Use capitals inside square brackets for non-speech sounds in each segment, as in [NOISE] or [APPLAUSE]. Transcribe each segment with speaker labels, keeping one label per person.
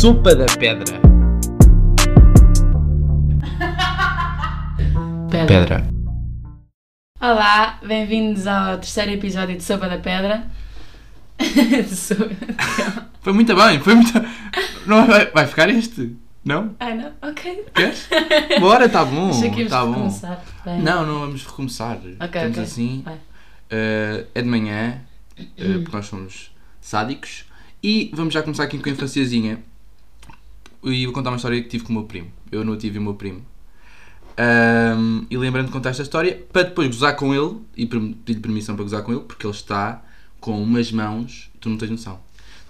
Speaker 1: Sopa da pedra. Pedra.
Speaker 2: Olá, bem-vindos ao terceiro episódio de Sopa da Pedra. [LAUGHS] de sopa.
Speaker 1: Foi muito bem, foi muito. Não, vai, vai ficar este? Não?
Speaker 2: Ah, não? Ok.
Speaker 1: Queres? Bora, tá bom.
Speaker 2: Achei que íamos
Speaker 1: tá bom.
Speaker 2: recomeçar. Bem.
Speaker 1: Não, não vamos recomeçar.
Speaker 2: Ok,
Speaker 1: Estamos
Speaker 2: ok.
Speaker 1: assim.
Speaker 2: Vai. Uhum.
Speaker 1: eh, é de manhã, eh, porque nós somos sádicos. E vamos já começar aqui com a infanciazinha. E vou contar uma história que tive com o meu primo. Eu não tive o meu primo. Ahm, e lembrando de contar esta história para depois gozar com ele e per- pedir permissão para gozar com ele, porque ele está com umas mãos, tu não tens noção.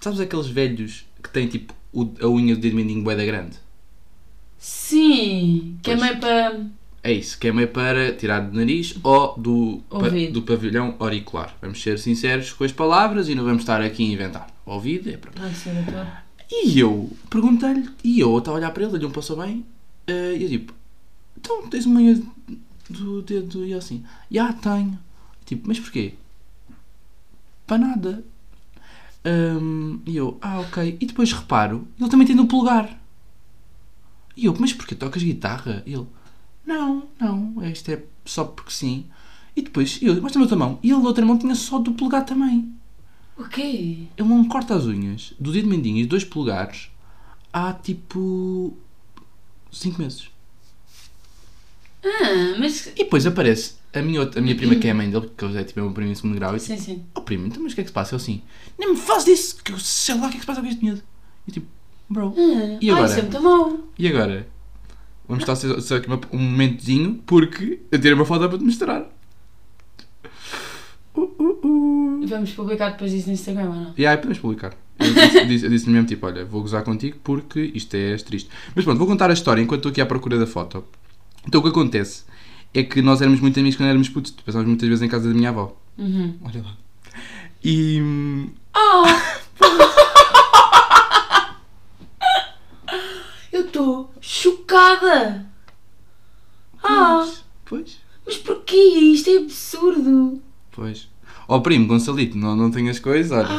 Speaker 1: Sabes aqueles velhos que têm tipo o- a unha do dedo mindinho bué da grande?
Speaker 2: Sim, que é
Speaker 1: Pois.
Speaker 2: meio para.
Speaker 1: É isso, que é meio para tirar do nariz ou do, pa-
Speaker 2: Ouvido.
Speaker 1: do pavilhão auricular. Vamos ser sinceros com as palavras e não vamos estar aqui a inventar. Ouvido é para.
Speaker 2: Pronto, senhor doutor.
Speaker 1: E eu perguntei-lhe, e eu estava a olhar para ele, ele não passou bem, eh, e eu tipo, então tens uma unha do dedo e eu assim, já tenho. Tipo, mas porquê? Para nada. Ahm, e eu, ah ok. E depois reparo, ele também tem no polegar. E eu, mas porquê? Tocas guitarra? E ele, não, não, isto é só porque sim. E depois, eu, mostra-me a outra mão. E ele, da outra mão, tinha só do polegar também.
Speaker 2: O quê?
Speaker 1: Ele não corta as um unhas do dedo mindinho e dos dois polegares há tipo 5 meses.
Speaker 2: Ah, mas.
Speaker 1: E depois aparece a minha, outra- a minha prima, que é a mãe dele, que hoje é tipo meu primo em segundo grau, e tipo,
Speaker 2: Sim, sim.
Speaker 1: oh primo, então mas o que é que se passa? Eu assim, nem me faz disso, que eu sei lá o que é que se passa com este medo. E tipo, bro,
Speaker 2: Ah,
Speaker 1: E
Speaker 2: ah,
Speaker 1: agora?
Speaker 2: isso é muito mau.
Speaker 1: e agora? Vamos estar só só aqui uma- um momentinho, porque eu tirei uma foto para te mostrar. Uh, uh, uh.
Speaker 2: Vamos publicar depois isso no Instagram ou não?
Speaker 1: E aí podemos publicar. Eu disse- disse- eu disse-lhe mesmo tipo, olha, vou gozar contigo porque isto é triste. Mas pronto, vou contar a história enquanto estou aqui à procura da foto. Então o que acontece é que nós éramos muito amigos quando éramos putos. Passávamos muitas vezes em casa da minha avó.
Speaker 2: Uhum.
Speaker 1: Olha lá. E... hum,
Speaker 2: Oh! Eu estou chocada! Ah!
Speaker 1: Pois, pois,
Speaker 2: Mas porquê? Isto é absurdo!
Speaker 1: pois. Ó primo, Gonçalito, não, não tenhas coisas, olha.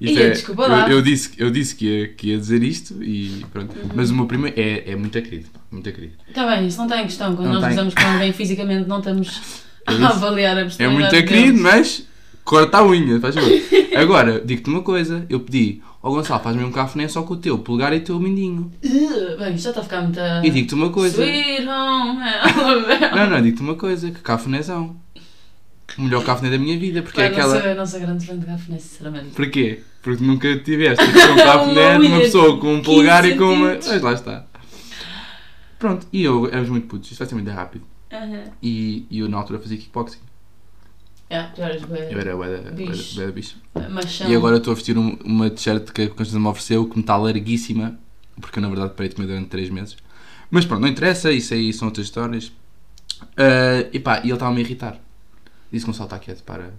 Speaker 1: Isto
Speaker 2: Ah.
Speaker 1: é,
Speaker 2: Ia, desculpa lá. Uhum.
Speaker 1: Eu, eu disse, eu disse que, ia, que ia dizer isto e pronto. Mas o meu primo é, é muito querido, muito querido.
Speaker 2: Está Tá bem, isso não está em questão. Quando
Speaker 1: Não
Speaker 2: nós
Speaker 1: tem.
Speaker 2: usamos com alguém fisicamente, não estamos
Speaker 1: disse.
Speaker 2: a avaliar a
Speaker 1: É muito
Speaker 2: personalidade
Speaker 1: querido,
Speaker 2: deles.
Speaker 1: mas corta a unha, faz
Speaker 2: [LAUGHS]
Speaker 1: favor. Agora, digo-te uma coisa, eu pedi ao Gonçalo, faz-me um cafuné só com o teu polegar e o teu mindinho.
Speaker 2: Ih, Eh, Bem, isto já está a ficar muito.
Speaker 1: E digo-te uma coisa.
Speaker 2: Ah. Sweet home é.
Speaker 1: [LAUGHS]
Speaker 2: Alabama.
Speaker 1: Não, não, digo-te uma coisa, que cafunézão. O melhor cafuné da minha vida, porque
Speaker 2: Pá,
Speaker 1: é aquela.
Speaker 2: não, sou, não sou grande fã de gafinete, sinceramente.
Speaker 1: Porquê? Porque nunca
Speaker 2: [LAUGHS]
Speaker 1: tiveste um cafuné
Speaker 2: Uma
Speaker 1: de uma
Speaker 2: unha de
Speaker 1: pessoa com um
Speaker 2: 15
Speaker 1: polegar e com uma.
Speaker 2: centímetros.
Speaker 1: Mas lá está. Pronto, e eu éramos muito putos, isto vai ser muito rápido.
Speaker 2: Aham.
Speaker 1: E, e eu na altura fazia kickboxing.
Speaker 2: Yeah, É, tu eras bué-
Speaker 1: Eu era o da
Speaker 2: Bicho.
Speaker 1: bué da bicho.
Speaker 2: machão.
Speaker 1: E agora estou a vestir um- uma t-shirt que a Constança me ofereceu, que me está larguíssima, porque eu na verdade parei de comer durante 3 meses. Mas pronto, não interessa, isso aí são outras histórias. Ah, e pá, e ele estava-me a irritar. Disse Gonçalo está quieto, para.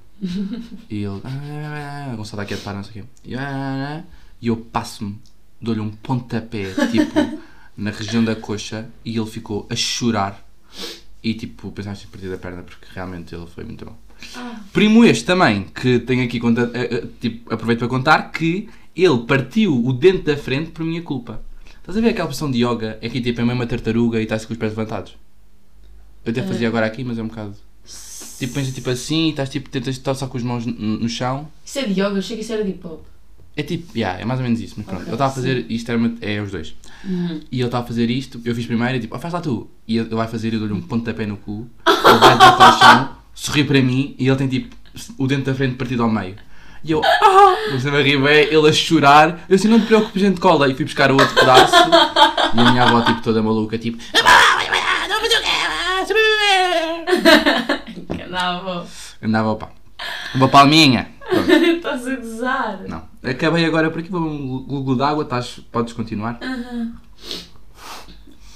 Speaker 1: E ele, "Ah, Gonçalo está quieto, para, não sei o quê. E, eu, "Ah", e eu passo-me, dou-lhe um pontapé, tipo, na região da coxa, e ele ficou a chorar. E tipo, pensaste em perder a perna, porque realmente ele foi muito bom.
Speaker 2: Ah.
Speaker 1: Primo este também, que tenho aqui, conta, eh, eh, tipo, aproveito para contar, que ele partiu o dente da frente por minha culpa. Estás a ver aquela posição de yoga? É que tipo, é mesmo uma tartaruga e está-se com os pés levantados. Eu até fazia agora aqui, mas é um bocado... Tipo, pensa tipo assim e estás tipo, tentas estar só com as mãos no, no chão.
Speaker 2: Isso é de yoga, eu achei que isso era de hip hop.
Speaker 1: É tipo, yeah, é mais ou menos isso, mas pronto.
Speaker 2: Ok,
Speaker 1: ele estava a fazer, isto era, uma- é os dois. E ele estava a fazer isto, eu fiz primeiro e tipo, ah, faz lá tu. E ele vai fazer, eu dou-lhe um pontapé no cu, ele vai de volta ao chão, sorri para mim e ele tem tipo o dente da frente partido ao meio. E eu, ah! Você me rir bem, ele a chorar, eu assim, não te preocupes, gente cola. E fui buscar o outro pedaço e a minha avó, tipo, toda maluca, tipo,
Speaker 2: [LAUGHS]
Speaker 1: "Ah,
Speaker 2: Que andava.
Speaker 1: andava, opa, uma palminha. Pronto,
Speaker 2: [LAUGHS] Estás a gozar.
Speaker 1: não. Acabei agora por aqui, vou um glu d'água, estás- podes continuar.
Speaker 2: Aham.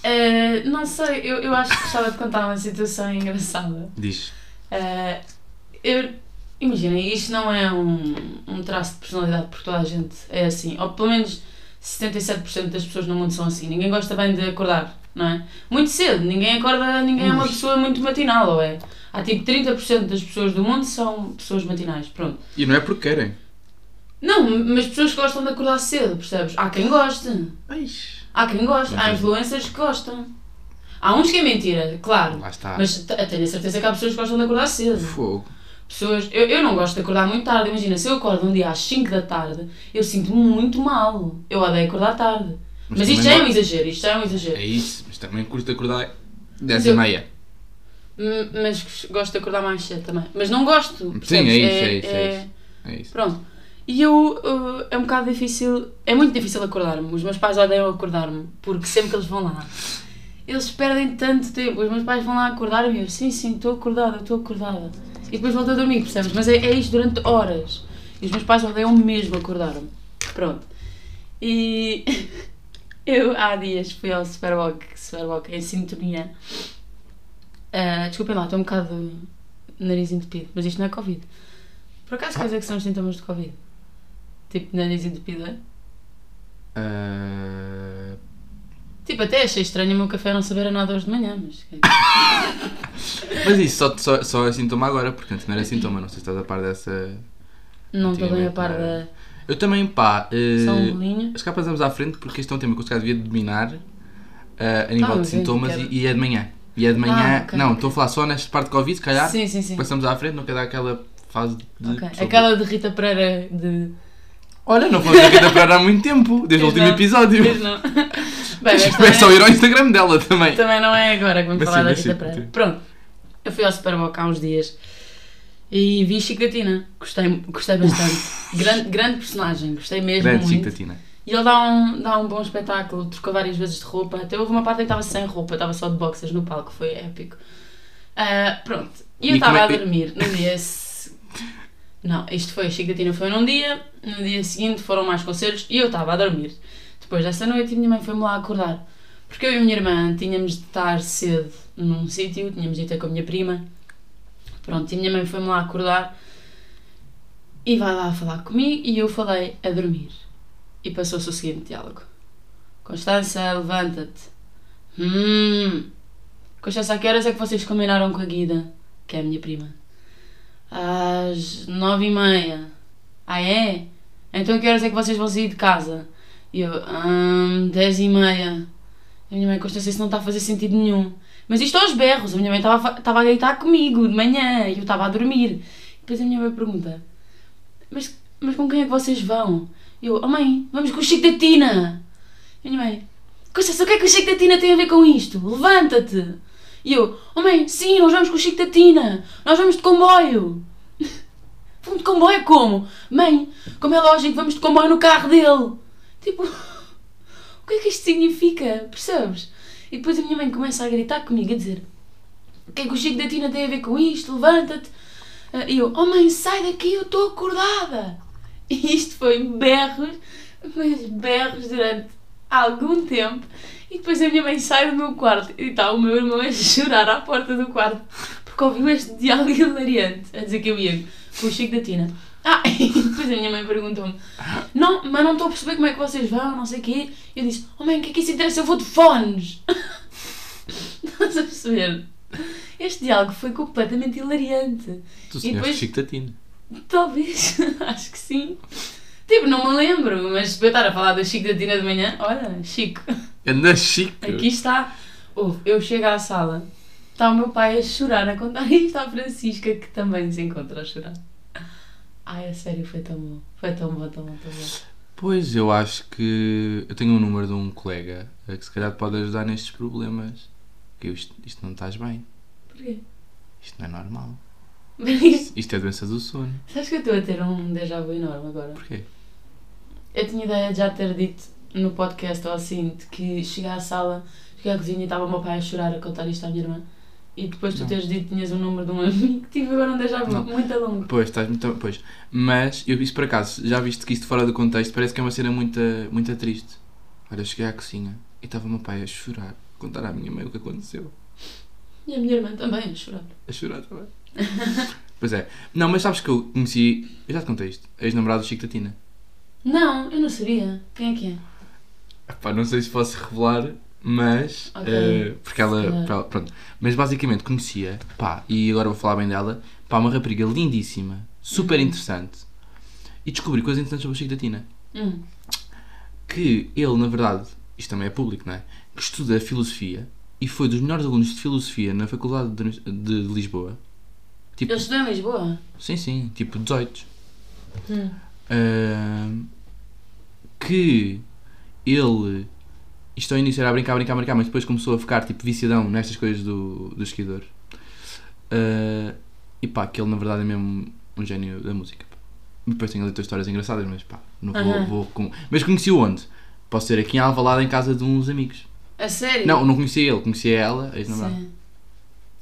Speaker 2: Eh, não sei, eu, eu acho que gostava de contar uma situação engraçada.
Speaker 1: Diz.
Speaker 2: Eh, eu, imaginem, isto não é um, um traço de personalidade porque toda a gente é assim, ou pelo menos 77% das pessoas no mundo são assim. Ninguém gosta bem de acordar, não é? Muito cedo, ninguém acorda, ninguém é uma
Speaker 1: Ui.
Speaker 2: pessoa muito matinal, ou é? Há tipo 30% das pessoas do mundo são pessoas matinais, pronto.
Speaker 1: E não é porque querem.
Speaker 2: Não, mas pessoas gostam de acordar cedo, percebes? Há quem goste.
Speaker 1: Ai,
Speaker 2: Há quem goste. Há influencers que gostam. Há uns que é mentira, claro.
Speaker 1: lá está.
Speaker 2: Mas t- eu tenho a certeza que há pessoas que gostam de acordar cedo.
Speaker 1: Fogo.
Speaker 2: Pessoas, eu, eu não gosto de acordar muito tarde. Imagina, se eu acordo um dia às 5 da tarde, eu sinto-me muito mal. Eu odeio acordar tarde. Mas, isto já
Speaker 1: também
Speaker 2: é um
Speaker 1: não-
Speaker 2: exagero, isto já é um exagero.
Speaker 1: É isso, mas também curto acordar
Speaker 2: Mas
Speaker 1: 10
Speaker 2: eu-
Speaker 1: e meia.
Speaker 2: Hum, Mas gosto de acordar mais cedo também. Mas não gosto.
Speaker 1: Sim,
Speaker 2: percebes?
Speaker 1: é isso, é isso, é isso. É isso.
Speaker 2: Pronto. E eu, uh, é um bocado difícil, é muito difícil acordar-me. Os meus pais odeiam acordar-me, porque sempre que eles vão lá, eles perdem tanto tempo. Os meus pais vão lá acordar-me e eu, sim, sim, estou acordada, estou acordada. E depois volto a dormir, percebes? Mas é, é isto durante horas. E os meus pais odeiam mesmo acordar-me. Pronto. E [LAUGHS] eu, há dias, fui ao Superbock, Superbock em sintonia. Ah, desculpem lá, estou um bocado nariz entupido, mas isto não é Covid. Por acaso, quais é que são os sintomas de Covid? Tipo, nariz entupido, é?
Speaker 1: Ah,
Speaker 2: Tipo, até achei estranho o meu café não saber a nada hoje de manhã, mas... é
Speaker 1: Mas isso só, só, só é sintoma agora, porque antes não era sintoma, não sei se estás a par dessa.
Speaker 2: Não estou bem a par da...
Speaker 1: Antigamente Eu também, pá. eh,
Speaker 2: Só um bolinho.
Speaker 1: as capas vamos à frente porque este é um tema que eu se calhar devia dominar eh, a nível de
Speaker 2: mas eu
Speaker 1: sintomas
Speaker 2: quero-
Speaker 1: e, e é de manhã. E é de manhã.
Speaker 2: Ah, ok,
Speaker 1: não,
Speaker 2: ok.
Speaker 1: estou a falar só nesta parte de Covid, se calhar.
Speaker 2: Sim, sim, sim.
Speaker 1: Passamos à frente, não quer dar aquela fase de.
Speaker 2: Ok.
Speaker 1: pessoa-
Speaker 2: Aquela de Rita Pereira de...
Speaker 1: Olha, não falamos aqui da Pereira há muito tempo, desde o
Speaker 2: Pois
Speaker 1: último
Speaker 2: não.
Speaker 1: episódio. [LAUGHS]
Speaker 2: Pois não. Bem, mas
Speaker 1: É só
Speaker 2: também,
Speaker 1: ir ao Instagram dela também.
Speaker 2: também não é agora que vamos
Speaker 1: Mas
Speaker 2: falar
Speaker 1: sim,
Speaker 2: da
Speaker 1: mas
Speaker 2: Rita
Speaker 1: sim,
Speaker 2: Pereira.
Speaker 1: sim.
Speaker 2: Pronto. Eu fui ao Superboc há uns dias e vi Chicatina. Gostei, gostei bastante. grande, grande personagem, gostei mesmo
Speaker 1: Grande
Speaker 2: É muito.
Speaker 1: Cintatina.
Speaker 2: E ele dá um, dá um bom espetáculo, trocou várias vezes de roupa. Até houve uma parte em que estava sem roupa, estava só de boxers no palco, foi épico. Ah, pronto, e eu
Speaker 1: E como
Speaker 2: estava
Speaker 1: é
Speaker 2: a
Speaker 1: que-
Speaker 2: dormir no dia. se- Não, isto foi, a Chicatina foi num dia, no dia seguinte foram mais concertos e eu estava a dormir. Depois dessa noite, a minha mãe foi-me lá acordar. Porque eu e a minha irmã tínhamos de estar cedo num sítio, tínhamos de ir ter com a minha prima. Pronto, e a minha mãe foi-me lá acordar e vai lá falar comigo e eu falei a dormir. E passou-se o seguinte diálogo: Constança, levanta-te. Hum. Constança, a que horas é que vocês combinaram com a Guida, que é a minha prima? Às nove e meia. Ah, é? Então a que horas é que vocês vão sair de casa? E eu, hum, dez e meia. A minha mãe, Constança, isso não está a fazer sentido nenhum. Mas isto aos berros, a minha mãe estava a fa- estava a gritar comigo de manhã e eu estava a dormir. Depois a minha mãe pergunta: mas, mas com quem é que vocês vão? E eu, oh mãe, vamos com o Chico da Tina. E a minha mãe, Constança, o que é que o Chico da Tina tem a ver com isto? Levanta-te. E eu, oh mãe, sim, nós vamos com o Chico da Tina. Nós vamos de comboio. [LAUGHS] Vamos de comboio como? Mãe, como é lógico, vamos de comboio no carro dele. Tipo, [LAUGHS] o que é que isto significa? Percebes? E depois a minha mãe começa a gritar comigo, a dizer, o que é que o Chico da Tina tem a ver com isto? Levanta-te. Ah, E eu, oh mãe, sai daqui, eu estou acordada. E isto foi berros, mas berros durante algum tempo. E depois a minha mãe sai do meu quarto e está o meu irmão a chorar à porta do quarto porque ouviu este diálogo hilariante a dizer que eu ia com o Chico da Tina. Ah, [LAUGHS] e depois a minha mãe perguntou-me: Não, mas não estou a perceber como é que vocês vão, não sei o quê. E eu disse: Oh mãe, o que é que isso interessa? Eu vou de fones. [LAUGHS] Estás a perceber? Este diálogo foi completamente hilariante.
Speaker 1: Tu
Speaker 2: E depois-
Speaker 1: senhores Chico Tatina.
Speaker 2: Talvez, [LAUGHS] acho que sim. Tipo, não me lembro, mas para eu estar a falar do Chico da Tina de manhã, olha, Chico,
Speaker 1: Anda Chico.
Speaker 2: aqui está. Ouve, eu chego à sala, está o meu pai a chorar, a contar [LAUGHS] isto à Francisca, que também se encontra a chorar. Ai, a sério, foi tão bom. Foi tão bom, tão bom, tão bom.
Speaker 1: Pois, eu acho que eu tenho um número de um colega eh, que se calhar te pode ajudar nestes problemas. Que eu, isto, isto não estás bem.
Speaker 2: Porquê? [LAUGHS]
Speaker 1: Isto não é normal.
Speaker 2: Mas,
Speaker 1: Isto, isto é doença do sono.
Speaker 2: sabes que eu estou a ter um déjà vu enorme agora?
Speaker 1: Porquê?
Speaker 2: Eu tinha ideia de já ter dito no podcast ou assim, de que cheguei à sala, cheguei à cozinha e estava o meu pai a chorar a contar isto à minha irmã. E depois tu
Speaker 1: Não.
Speaker 2: teres dito que tinhas o número de um [LAUGHS] amigo, tive agora um déjà vu
Speaker 1: Não.
Speaker 2: muito longo.
Speaker 1: Pois, estás muito. Pois. Mas, eu isso por acaso, já viste que isto fora do contexto parece que é uma cena muito, muito triste. Olha, eu cheguei à cozinha e estava o meu pai a chorar, a contar à minha mãe o que aconteceu.
Speaker 2: E a minha irmã também a chorar.
Speaker 1: A chorar
Speaker 2: [LAUGHS]
Speaker 1: também. pois é. Não, mas sabes que eu conheci. Eu já te contei isto. Ex-namorado do Chico Tatina.
Speaker 2: Não, eu não sabia. Quem é que é?
Speaker 1: Epá, não sei se posso revelar, mas.
Speaker 2: Ok.
Speaker 1: eh, porque
Speaker 2: Se calhar.
Speaker 1: ela. pra- Pronto. Mas basicamente conhecia, pá, e agora vou falar bem dela, pá, uma rapariga lindíssima, super
Speaker 2: Uhum.
Speaker 1: interessante. e descobri coisas interessantes sobre o Chico da Tina.
Speaker 2: Hum.
Speaker 1: Que ele, na verdade, isto também é público, não é? Que estuda filosofia e foi dos melhores alunos de filosofia na Faculdade de, de Lisboa. Tipo,
Speaker 2: Ele estudou em Lisboa?
Speaker 1: sim, sim, tipo 18.
Speaker 2: Hum.
Speaker 1: Ahm, que ele. Isto ao início era a brincar, brincar, brincar, mas depois começou a ficar tipo viciadão nestas coisas do, do esquiador. Ah, e pá, que ele na verdade é mesmo um gênio da música. pá. E Depois tem ali outras histórias engraçadas, mas pá, não vou.
Speaker 2: Aham.
Speaker 1: vou com... Mas conheci-o onde? Posso ser aqui em Alvalade em casa de uns amigos.
Speaker 2: A sério?
Speaker 1: Não, não conhecia ele, conhecia ela, é a ex-namorada.
Speaker 2: Sim.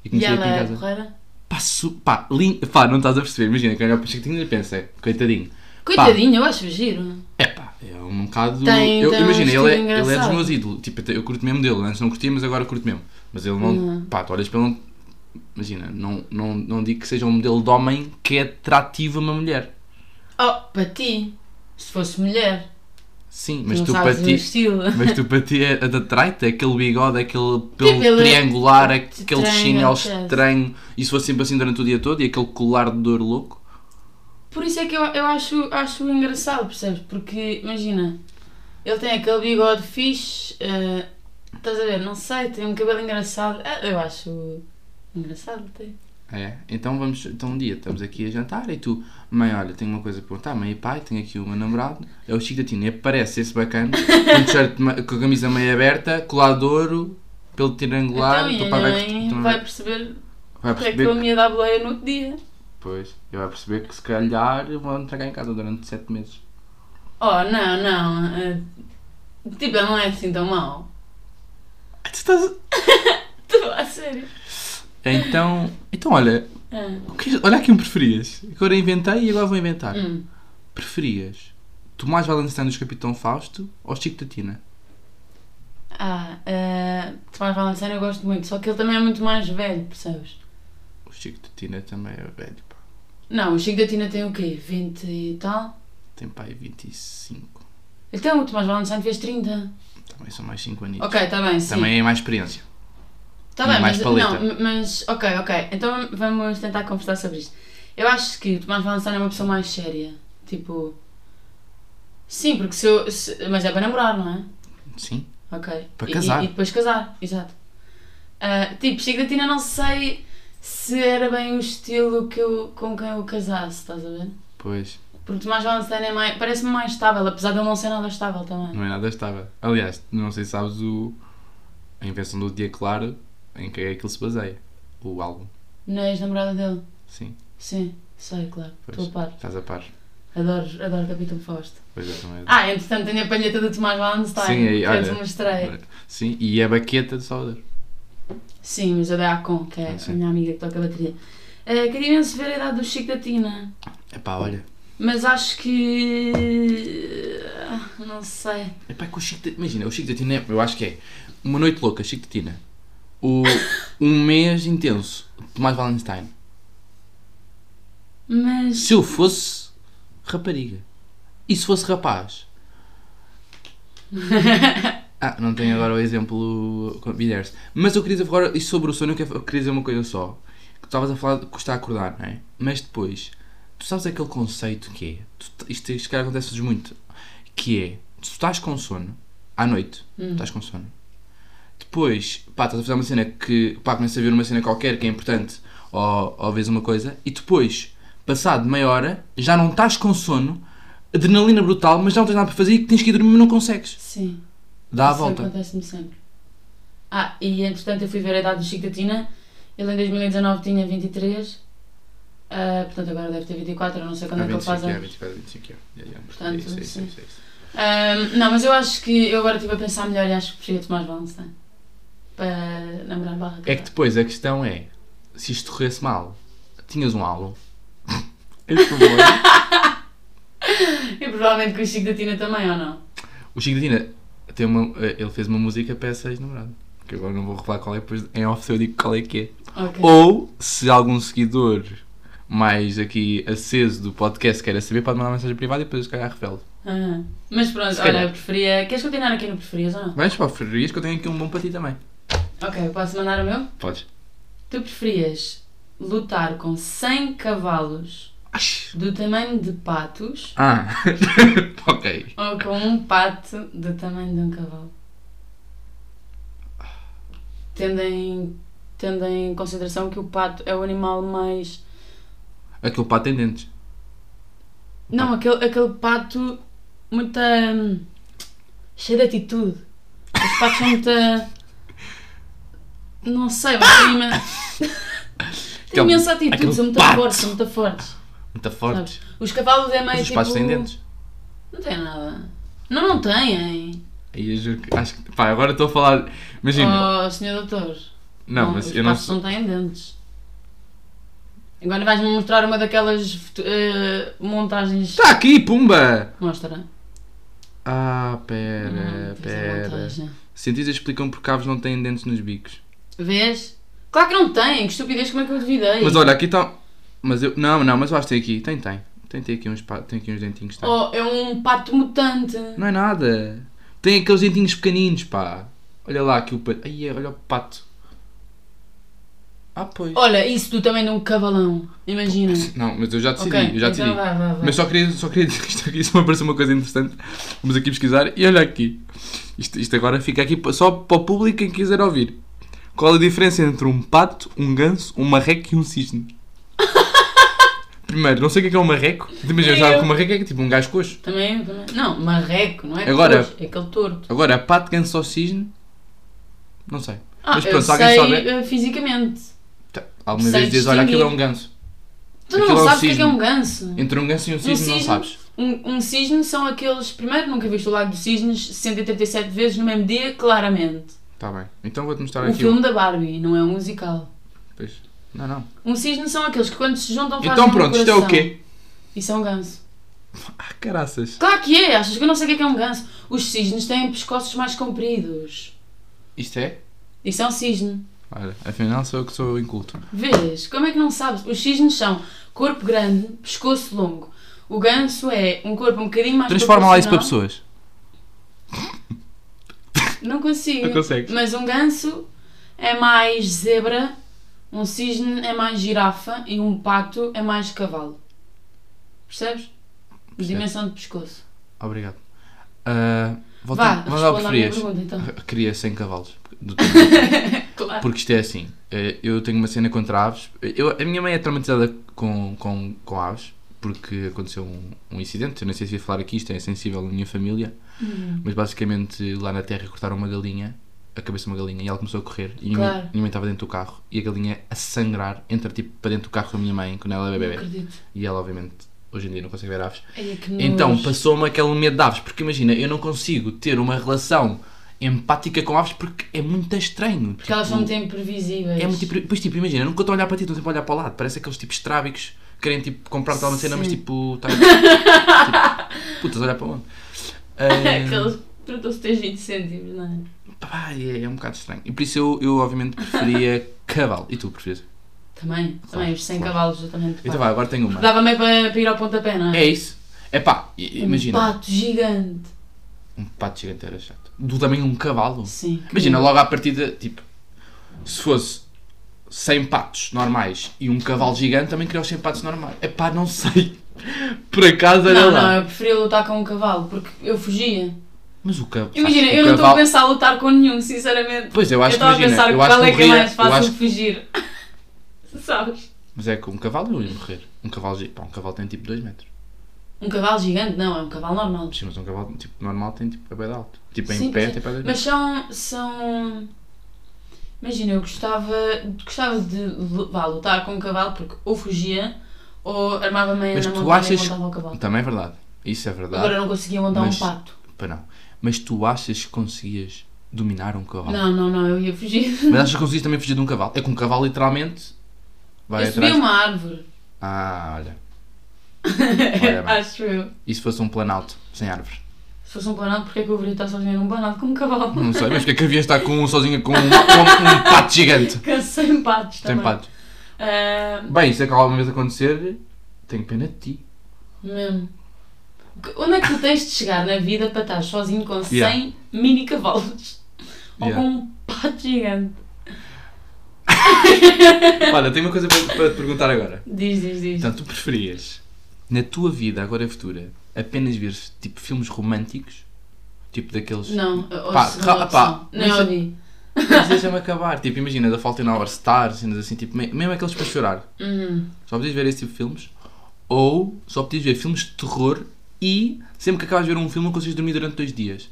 Speaker 1: E
Speaker 2: E
Speaker 1: conhecia
Speaker 2: ela
Speaker 1: aqui em
Speaker 2: é
Speaker 1: casa.
Speaker 2: porreira?
Speaker 1: Pá, su... pá, lin- pá, não estás a perceber, imagina, quem olha para o Chiquitinho e pensa, é, coitadinho.
Speaker 2: Coitadinho, eu acho giro.
Speaker 1: É pá, é um bocado.
Speaker 2: Tem-
Speaker 1: eu,
Speaker 2: tem um
Speaker 1: imagina, ele é,
Speaker 2: estilo
Speaker 1: ele é dos
Speaker 2: engraçado.
Speaker 1: meus ídolos. Tipo, eu curto mesmo dele. Antes não curtia, mas agora curto mesmo. Mas ele não.
Speaker 2: Uhum.
Speaker 1: Pá, tu olhas para ele. Imagina, não, não, não digo que seja um modelo de homem que é atrativo a uma mulher.
Speaker 2: Oh, para ti, se fosse mulher,
Speaker 1: Sim, mas
Speaker 2: não
Speaker 1: tu para
Speaker 2: sabes o meu
Speaker 1: ti.
Speaker 2: estilo.
Speaker 1: [LAUGHS] Mas tu para ti é é de atraite, é aquele bigode, é aquele pelo
Speaker 2: Tipo, ele-
Speaker 1: triangular, é aquele
Speaker 2: Triangle,
Speaker 1: chinelo
Speaker 2: yes.
Speaker 1: estranho. E se fosse sempre assim durante o dia todo e aquele colar de dor louco.
Speaker 2: Por isso é que eu, eu acho, acho engraçado, percebes? Porque, imagina, ele tem aquele bigode fixe, eh, estás a ver? Não sei, tem um cabelo engraçado. Ah, eu acho engraçado, tem.
Speaker 1: É, então vamos, então um dia estamos aqui a jantar e tu, mãe, olha, tenho uma coisa para contar, mãe e pai, tenho aqui uma namorado, é o Chico da Tina, e aparece esse bacana, com, um t-shirt ma- com a camisa meio aberta, colado de ouro, pelo triangular, o
Speaker 2: então, e
Speaker 1: teu
Speaker 2: a
Speaker 1: pai vai,
Speaker 2: mãe
Speaker 1: tu- tu-
Speaker 2: vai perceber
Speaker 1: vai
Speaker 2: porque é que eu
Speaker 1: perceber,
Speaker 2: me ia dar boleia no outro dia.
Speaker 1: pois, ele vai perceber que se calhar vão entregar em casa durante sete meses.
Speaker 2: Oh, não, não. eh, tipo, ele não é assim tão mau. [LAUGHS]
Speaker 1: Ah, tu estás-
Speaker 2: Tu, a sério.
Speaker 1: Então, então olha,
Speaker 2: Ah,
Speaker 1: o que- olha aqui um preferias, agora inventei e agora vou inventar.
Speaker 2: hum.
Speaker 1: Preferias Tomás Valenstein dos Capitão Fausto ou Chico da Tina?
Speaker 2: Ah, eh, Tomás Valenciano eu gosto muito, só que ele também é muito mais velho, percebes?
Speaker 1: O Chico da Tina também é velho, pá.
Speaker 2: Não, o Chico da Tina tem o quê? 20 e tal?
Speaker 1: Tem pai 25.
Speaker 2: Então, o Tomás Valenciano fez 30.
Speaker 1: Também são mais 5 anos.
Speaker 2: Ok, está bem, sim.
Speaker 1: Também é mais experiência.
Speaker 2: Tá bem,
Speaker 1: mais
Speaker 2: mas,
Speaker 1: paleta.
Speaker 2: não, mas ok, ok. Então vamos tentar conversar sobre isto. Eu acho que o Tomás Valençano é uma pessoa mais séria. Tipo. Sim, porque se eu. se- mas é para namorar, não é?
Speaker 1: Sim.
Speaker 2: Ok.
Speaker 1: Para
Speaker 2: E-
Speaker 1: casar.
Speaker 2: E, e depois casar, exato. Ah, tipo, Chico da Tina, não sei se era bem o estilo que eu, com quem eu casasse, estás a ver?
Speaker 1: Pois,
Speaker 2: Porque o Tomás Valençano é mais. parece-me mais estável, apesar de ele não ser nada estável também.
Speaker 1: não é nada estável. Aliás, não sei se sabes o... a invenção do dia claro em que é que ele se baseia. O álbum.
Speaker 2: Não és namorada dele?
Speaker 1: Sim,
Speaker 2: Sim, sei, claro.
Speaker 1: Pois.
Speaker 2: Estou a par.
Speaker 1: estás a par.
Speaker 2: Adoro, adoro Capitão Fausto.
Speaker 1: Pois é, também. é-
Speaker 2: Ah, entretanto tenho a palheta do Tomás Wallenstein.
Speaker 1: Sim, aí,
Speaker 2: que eu
Speaker 1: olha.
Speaker 2: te mostrei.
Speaker 1: Sim, e a baqueta de Salvador.
Speaker 2: Sim, mas eu dei à Con, que é
Speaker 1: Ah, sim.
Speaker 2: a minha amiga que toca a bateria. Eh, queria imenso ver a idade do Chico da Tina.
Speaker 1: Epá, olha.
Speaker 2: Mas acho que. ah, Não sei.
Speaker 1: Epá, é que o Chico da... Imagina, o Chico da Tina é... Eu acho que é uma noite louca, Chico da Tina.
Speaker 2: [LAUGHS]
Speaker 1: O... um mês intenso, Tomás Valenstein.
Speaker 2: Mas.
Speaker 1: Se eu fosse rapariga. E se fosse rapaz? ah, não tenho agora o exemplo com Biders. Mas eu queria dizer agora, e sobre o sono, eu quero- eu queria dizer uma coisa só. Que tu estavas a falar de custar a acordar, não é? Mas depois, tu sabes aquele conceito que é? Tu, t- isto isto cara, acontece muito. Que é, tu estás com sono, à noite,
Speaker 2: Hum.
Speaker 1: estás com sono. Depois, pá, estás a fazer uma cena que, pá, começa a ver uma cena qualquer que é importante, ou, ou vês uma coisa, e depois, passado meia hora, já não estás com sono, adrenalina brutal, mas já não tens nada para fazer e que tens que ir dormir, mas não consegues.
Speaker 2: Sim.
Speaker 1: Dá a
Speaker 2: isso é
Speaker 1: volta.
Speaker 2: acontece-me sempre. Ah, e entretanto eu fui ver a idade do Chico da Tina. Ele em 2019 tinha 23. Ah, portanto agora deve ter 24, eu não sei quando é que ele faz. anos.
Speaker 1: 24, 25 é.
Speaker 2: Portanto, isso, isso, sim. isso, Ahm, não, mas eu acho que eu agora estive a pensar melhor e acho que preferia Tomás Valenstein para namorar barra.
Speaker 1: É que depois a questão é, se isto corresse mal, tinhas um [LAUGHS] álbum. Esse problema.
Speaker 2: E provavelmente com o Chico da Tina também, ou não?
Speaker 1: o Chico da Tina tem uma, eh, ele fez uma música para essa ex-namorada. Que agora não vou revelar qual é, depois em off eu digo qual é que é.
Speaker 2: Ok.
Speaker 1: Ou, se algum seguidor mais aqui aceso do podcast queira saber, pode mandar uma mensagem privada e depois eu se calhar revelo.
Speaker 2: Ah, mas pronto,
Speaker 1: Se calhar.
Speaker 2: olha, eu preferia. Queres continuar aqui no preferias ou não?
Speaker 1: Mas para preferias que eu tenho aqui um bom para ti também.
Speaker 2: Ok, posso mandar o meu?
Speaker 1: Podes.
Speaker 2: Tu preferias lutar com 100 cavalos do tamanho de patos
Speaker 1: Ah, [LAUGHS] ok.
Speaker 2: ou com um pato do tamanho de um cavalo? Tendo em, tendo em consideração que o pato é o animal mais.
Speaker 1: Aquele pato tem dentes. Ah.
Speaker 2: Não, aquele, aquele pato muita. hum, cheio de atitude. Os patos são muita. Não sei, mas têm imen-
Speaker 1: [LAUGHS]
Speaker 2: têm
Speaker 1: Aquele-
Speaker 2: imensa atitude,
Speaker 1: aquele
Speaker 2: são muito
Speaker 1: pato.
Speaker 2: fortes, são muito fortes.
Speaker 1: Muito fortes.
Speaker 2: sabes? Os cavalos é mais.
Speaker 1: Mas os patos
Speaker 2: tipo,
Speaker 1: têm dentes.
Speaker 2: Não tem nada. Não, não têm.
Speaker 1: Aí eu juro que. Acho que. Pá, agora estou a falar. Imagina.
Speaker 2: Oh, senhor doutor.
Speaker 1: não, mas
Speaker 2: os
Speaker 1: eu não
Speaker 2: patos
Speaker 1: sei.
Speaker 2: não têm dentes. Agora vais-me mostrar uma daquelas foto- eh, montagens.
Speaker 1: Está aqui, pumba!
Speaker 2: Mostra.
Speaker 1: Ah,
Speaker 2: Hum,
Speaker 1: pera,
Speaker 2: fiz a
Speaker 1: pera.
Speaker 2: montagem.
Speaker 1: Cientistas explicam porque cavos não têm dentes nos bicos.
Speaker 2: Vês? Claro que não tem, que estupidez, como é que eu duvidei?
Speaker 1: Mas olha, aqui está. Mas eu. Não, não, mas eu acho que tem aqui. Tem, tem. Tem, tem aqui uns, pa- tem aqui uns dentinhos. Tem.
Speaker 2: Oh, é um pato mutante.
Speaker 1: Não é nada. Tem aqueles dentinhos pequeninos, pá. Olha lá aqui o pato. Ai, é, olha o pato. Ah, pois.
Speaker 2: Olha, isso tu também de um cavalão. Imagina.
Speaker 1: Não, mas eu já decidi,
Speaker 2: Ok,
Speaker 1: eu já
Speaker 2: então
Speaker 1: decidi.
Speaker 2: vai, vai, vai.
Speaker 1: Mas só queria, só queria [LAUGHS] dizer isto aqui, isso me pareceu uma coisa interessante. Vamos aqui pesquisar e olha aqui. Isto, isto agora fica aqui pa- só para o público quem quiser ouvir. Qual a diferença entre um pato, um ganso, um marreco e um cisne?
Speaker 2: [LAUGHS]
Speaker 1: Primeiro, não sei o que é que é um marreco. Imagina, eu
Speaker 2: Eu.
Speaker 1: já que um marreco é que tipo um gajo coxo.
Speaker 2: Também, também. Não, marreco, não é?
Speaker 1: Agora-
Speaker 2: Torto, é aquele torto.
Speaker 1: Agora, pato, ganso ou cisne? Não sei.
Speaker 2: Ah,
Speaker 1: Mas
Speaker 2: eu
Speaker 1: pronto, se alguém
Speaker 2: sei
Speaker 1: souber-
Speaker 2: eh, fisicamente.
Speaker 1: Tá, Alguma
Speaker 2: Sei
Speaker 1: vez dizes, olha, aquilo é um
Speaker 2: distinguir.
Speaker 1: ganso.
Speaker 2: Tu não
Speaker 1: Aquilo é um
Speaker 2: sabes o que é, que é
Speaker 1: cisne.
Speaker 2: um ganso.
Speaker 1: Entre um ganso e um cisne, não
Speaker 2: cisne.
Speaker 1: sabes.
Speaker 2: Um, um cisne são aqueles. Primeiro, nunca viste o Lago dos Cisnes 187 vezes no mesmo dia, claramente.
Speaker 1: Tá bem. Então vou-te mostrar
Speaker 2: O
Speaker 1: aqui.
Speaker 2: Um filme da Barbie, não é um musical.
Speaker 1: Pois. Não, não.
Speaker 2: Um cisne são aqueles que quando se juntam fazem
Speaker 1: Então
Speaker 2: um
Speaker 1: pronto, isto é o
Speaker 2: coração.
Speaker 1: quê?
Speaker 2: Isso é um ganso.
Speaker 1: Ah, caraças.
Speaker 2: Claro que é, achas que eu não sei o que é, que é um ganso? Os cisnes têm pescoços mais compridos.
Speaker 1: Isto é?
Speaker 2: Isso é um cisne.
Speaker 1: Olha, afinal sou eu que sou inculto.
Speaker 2: Vês? Como é que não sabes? Os cisnes são corpo grande, pescoço longo. O ganso é um corpo um bocadinho mais
Speaker 1: Transforma lá isso para
Speaker 2: proporcional.
Speaker 1: pessoas.
Speaker 2: Não consigo.
Speaker 1: Não consegues.
Speaker 2: Mas um ganso é mais zebra, um cisne é mais girafa e um pato é mais cavalo. Percebes? Dimensão de pescoço.
Speaker 1: Obrigado. Ah, volta,
Speaker 2: Vá,
Speaker 1: vamos lá o que
Speaker 2: responda à minha
Speaker 1: preferias.
Speaker 2: pergunta então.
Speaker 1: Queria 100 cavalos.
Speaker 2: [LAUGHS]
Speaker 1: Do-
Speaker 2: Claro.
Speaker 1: Porque isto é assim. eh, Eu tenho uma cena contra aves. Eu, a minha mãe é traumatizada com, com, com aves. Porque aconteceu um, um incidente. Eu não sei se ia falar aqui, isto é sensível na minha família.
Speaker 2: Uhum.
Speaker 1: Mas basicamente lá na terra cortaram uma galinha. A cabeça de uma galinha. E ela começou a correr. E a minha-
Speaker 2: Claro.
Speaker 1: a minha mãe estava dentro do carro. E a galinha a sangrar. Entra tipo para dentro do carro da minha mãe. Quando ela é
Speaker 2: Não
Speaker 1: bebê.
Speaker 2: acredito.
Speaker 1: E ela obviamente hoje em dia não consegue ver aves.
Speaker 2: Ai, que
Speaker 1: Então
Speaker 2: nojo.
Speaker 1: passou-me aquele medo de aves, porque imagina, eu não consigo ter uma relação empática com aves porque é muito estranho. Tipo,
Speaker 2: Porque elas são muito imprevisíveis.
Speaker 1: É muito impre- Pois tipo, imagina, eu nunca estou a olhar para ti, estou sempre a olhar para o lado. Parece aqueles tipos estrábicos que querem tipo comprar-te alguma cena, mas
Speaker 2: Sim.
Speaker 1: tipo.
Speaker 2: [LAUGHS]
Speaker 1: Tá... tipo, Putas, olha para onde? Ah,
Speaker 2: É Aqueles perguntou se tens 20 cêntimos, não é?
Speaker 1: pá, é, é um bocado estranho. E por isso eu, eu obviamente preferia [LAUGHS] cavalo. E tu preferias?
Speaker 2: Também, também, os 100
Speaker 1: claro.
Speaker 2: cavalos eu também te
Speaker 1: Então
Speaker 2: pago.
Speaker 1: vai, agora tenho uma.
Speaker 2: Dava meio para, para ir ao pontapé, não é?
Speaker 1: É isso. É pá, i- imagina.
Speaker 2: Um pato gigante.
Speaker 1: Um pato gigante era chato. Do tamanho de um cavalo.
Speaker 2: Sim. que-
Speaker 1: Imagina, logo à partida, tipo, se fosse 100 patos normais e um cavalo gigante, também queria os 100 patos normais. É pá, não sei. [LAUGHS] Por acaso, olha
Speaker 2: Não,
Speaker 1: lá.
Speaker 2: não, eu preferia lutar com um cavalo, porque eu fugia.
Speaker 1: Mas o cavalo.
Speaker 2: Imagina, eu não estou a pensar a lutar com nenhum, sinceramente.
Speaker 1: Pois, eu acho que
Speaker 2: eu estava a
Speaker 1: imagina.
Speaker 2: pensar
Speaker 1: eu acho
Speaker 2: qual é que é
Speaker 1: morria-
Speaker 2: mais
Speaker 1: eu
Speaker 2: fácil
Speaker 1: acho-
Speaker 2: de fugir. [LAUGHS] Sabes?
Speaker 1: Mas é que um cavalo eu ia morrer. Um cavalo, gi- pá, um cavalo tem tipo 2 metros.
Speaker 2: Um cavalo gigante, não, é um cavalo normal.
Speaker 1: Sim, mas um cavalo tipo, normal tem tipo a pé de alto. Tipo, em
Speaker 2: Sim,
Speaker 1: pé,
Speaker 2: sim.
Speaker 1: tem pé de alto.
Speaker 2: Mas são. são... Imagina, eu gostava, gostava de lu- vá, lutar com um cavalo porque ou fugia ou armava-me
Speaker 1: Mas
Speaker 2: na
Speaker 1: tu
Speaker 2: montanha
Speaker 1: achas-
Speaker 2: e montava o cavalo.
Speaker 1: Também é verdade. Isso é verdade.
Speaker 2: Agora eu não conseguia montar
Speaker 1: Mas-
Speaker 2: um pato.
Speaker 1: Pá, não. Mas tu achas que conseguias dominar um cavalo?
Speaker 2: Não, não, não, eu ia fugir.
Speaker 1: Mas achas que conseguiste também fugir de um cavalo? É que um cavalo literalmente vai
Speaker 2: eu
Speaker 1: atrás.
Speaker 2: subia uma árvore.
Speaker 1: Ah, olha. Olha bem.
Speaker 2: [LAUGHS] Acho eu.
Speaker 1: E se fosse um planalto, sem árvore?
Speaker 2: Se fosse um planado, porque é que eu viria estar sozinha num planado com um cavalo? [LAUGHS]
Speaker 1: Não sei, mas porque é que havia estar com um sozinho com um, com um pato gigante?
Speaker 2: Cansei patos também.
Speaker 1: Sem pato.
Speaker 2: Ah,
Speaker 1: Bem, se é que alguma vez acontecer, tenho pena de ti.
Speaker 2: mesmo. Que- Onde é que tu tens de chegar na vida para estar sozinho com 100
Speaker 1: Yeah.
Speaker 2: mini cavalos? Ou
Speaker 1: Yeah.
Speaker 2: com um pato gigante?
Speaker 1: Olha, tenho uma coisa para, para te perguntar agora.
Speaker 2: Diz, diz, diz.
Speaker 1: Então, tu preferias na tua vida, agora e futura, apenas vires tipo filmes românticos? Tipo daqueles.
Speaker 2: Não, ou
Speaker 1: Pá,
Speaker 2: segunda
Speaker 1: ra-
Speaker 2: opção.
Speaker 1: pá,
Speaker 2: Não,
Speaker 1: mas-
Speaker 2: eu vi.
Speaker 1: Mas deixa-me acabar. Tipo, imagina, da Fault in Our Stars, cenas assim, tipo, me- mesmo aqueles para chorar.
Speaker 2: Uhum.
Speaker 1: Só podias ver esse tipo de filmes. Ou só podias ver filmes de terror e sempre que acabas de ver um filme não consegues dormir durante dois dias.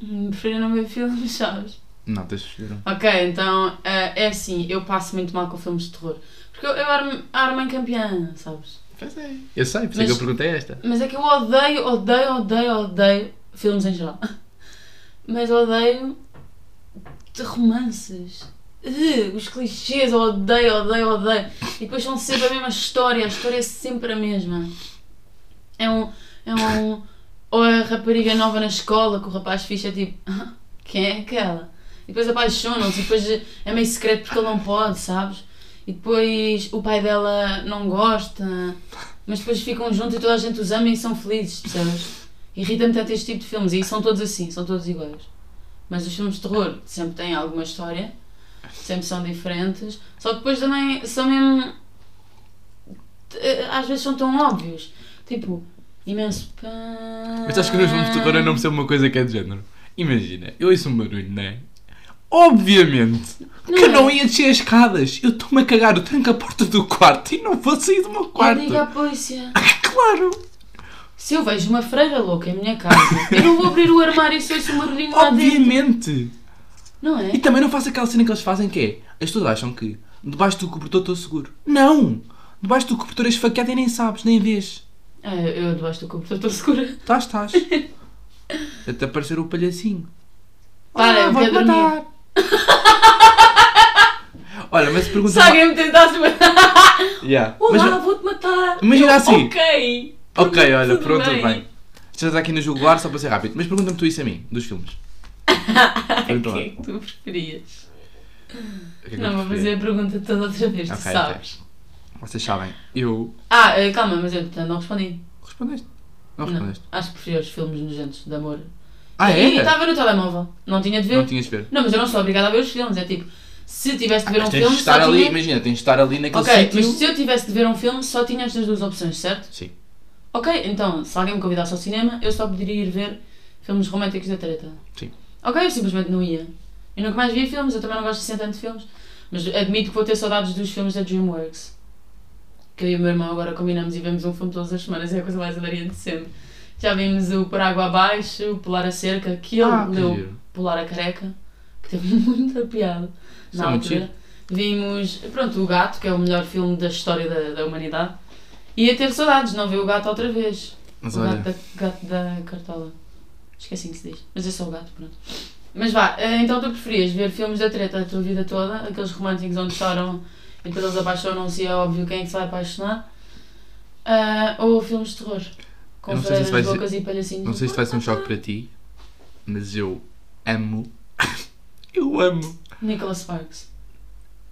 Speaker 2: Hum, Prefiro não ver filmes, [LAUGHS] sabes?
Speaker 1: Não, tens de escolher um.
Speaker 2: Ok, então eh, é assim, eu passo muito mal com filmes de terror. Porque eu, eu armo, armo em campeã, sabes?
Speaker 1: Pois é. Eu sei, por isso é
Speaker 2: Mas-
Speaker 1: que eu perguntei esta.
Speaker 2: Mas é que eu odeio, odeio, odeio, odeio filmes em geral. [LAUGHS] Mas odeio de romances. Ugh, os clichês, eu odeio, odeio, odeio. E depois são sempre a mesma história, a história é sempre a mesma. É um. É um ou a rapariga nova na escola que o rapaz ficha é tipo. [LAUGHS] "Ah, Quem é aquela? E depois apaixonam-se e depois é meio secreto porque ele não pode, sabes? E depois o pai dela não gosta. Mas depois ficam juntos e toda a gente os ama e são felizes, percebes? Irrita-me tanto este tipo de filmes e são todos assim, são todos iguais. Mas os filmes de terror sempre têm alguma história, sempre são diferentes, só que depois também são mesmo. eh, Às vezes são tão óbvios. Tipo, imenso pão.
Speaker 1: Mas acho que nos filmes de terror eu não percebo uma coisa que é de género. Imagina, eu ouço um barulho, não é? Obviamente
Speaker 2: Não
Speaker 1: que eu
Speaker 2: é.
Speaker 1: não ia descer as escadas. Eu estou-me a cagar, eu tranco a porta do quarto e não vou sair do meu
Speaker 2: Eu
Speaker 1: quarto.
Speaker 2: digo à polícia.
Speaker 1: [LAUGHS] Claro!
Speaker 2: Se eu vejo uma freira louca em minha casa, eu não vou abrir o armário se ouço um barulhinho lá dentro.
Speaker 1: Obviamente!
Speaker 2: Não é?
Speaker 1: E também não faço aquela cena que eles fazem que é. As pessoas acham que debaixo do cobertor estou seguro. Não! Debaixo do cobertor és esfaqueado e nem sabes, nem vês.
Speaker 2: Ah, eu eu debaixo do cobertor [LAUGHS] estou segura.
Speaker 1: Estás,
Speaker 2: [LAUGHS]
Speaker 1: estás. Até aparecer o palhacinho. Ah,
Speaker 2: Para, eu
Speaker 1: vou-te
Speaker 2: quero dormir. [LAUGHS]
Speaker 1: Olha, mas pergunta.
Speaker 2: Se alguém me tentasse matar,
Speaker 1: Yeah.
Speaker 2: olá,
Speaker 1: Mas-
Speaker 2: vou-te matar.
Speaker 1: Imagina
Speaker 2: Eu,
Speaker 1: assim.
Speaker 2: Ok.
Speaker 1: ok,
Speaker 2: Tudo-
Speaker 1: olha,
Speaker 2: tudo
Speaker 1: pronto, tudo bem. Já está aqui no jugular só para ser rápido. Mas pergunta-me tu isso a mim, dos
Speaker 2: [LAUGHS]
Speaker 1: filmes. Pergunta
Speaker 2: O
Speaker 1: lá.
Speaker 2: que é que tu preferias?
Speaker 1: O que é que eu
Speaker 2: não, vou
Speaker 1: preferia?
Speaker 2: fazer a pergunta toda outra vez, tu
Speaker 1: Ok, ok.
Speaker 2: sabes.
Speaker 1: Vocês sabem, eu.
Speaker 2: Ah, eh, calma, mas eu portanto, não respondi.
Speaker 1: Respondeste? Não respondeste.
Speaker 2: Acho que preferia os filmes nojentos de amor.
Speaker 1: Ah,
Speaker 2: E
Speaker 1: é?
Speaker 2: estava no telemóvel, não tinha de ver.
Speaker 1: Não tinhas de ver.
Speaker 2: Não, mas eu não sou obrigada a ver os filmes, é tipo, se tivesse de ver um
Speaker 1: Ah, Mas tens
Speaker 2: filme,
Speaker 1: de estar
Speaker 2: só
Speaker 1: ali,
Speaker 2: tinha...
Speaker 1: imagina, tens de estar ali naquele
Speaker 2: Ok, mas
Speaker 1: sítio.
Speaker 2: se eu tivesse de ver um filme, só tinha estas duas opções, certo?
Speaker 1: Sim.
Speaker 2: Ok, então, se alguém me convidasse ao cinema, eu só poderia ir ver filmes românticos da treta.
Speaker 1: Sim.
Speaker 2: Ok, eu simplesmente não ia. Eu nunca mais vi filmes, eu também não gosto de sentar de filmes, mas admito que vou ter saudades dos filmes da DreamWorks. Que eu e o meu irmão agora combinamos e vemos um filme todas as semanas, é a coisa mais hilariante de sempre. Já vimos o Por Água Abaixo, o Pular a Cerca, que é ele
Speaker 1: Ah, que
Speaker 2: leu
Speaker 1: giro.
Speaker 2: Pular a Careca, que teve [LAUGHS] muita piada
Speaker 1: Isso
Speaker 2: na
Speaker 1: é muito
Speaker 2: altura. Vimos, pronto, O Gato, que é o melhor filme da história da, da humanidade. Ia ter saudades, não ver o gato outra vez.
Speaker 1: Mas
Speaker 2: o gato
Speaker 1: olha,
Speaker 2: da, gato da cartola. Esqueci que se diz. Mas é só o gato, pronto. Mas vá, eh, então tu preferias ver filmes da treta a tua vida toda, aqueles românticos onde choram e depois eles apaixonam-se e é óbvio quem é que se vai apaixonar, ah, ou filmes de terror?
Speaker 1: Eu
Speaker 2: Com
Speaker 1: não sei se
Speaker 2: freiras,
Speaker 1: isso vai ser-
Speaker 2: bocas e palhacinhos.
Speaker 1: não sei se vai ser um choque para ti, mas eu amo. [LAUGHS] Eu amo.
Speaker 2: Nicholas Sparks.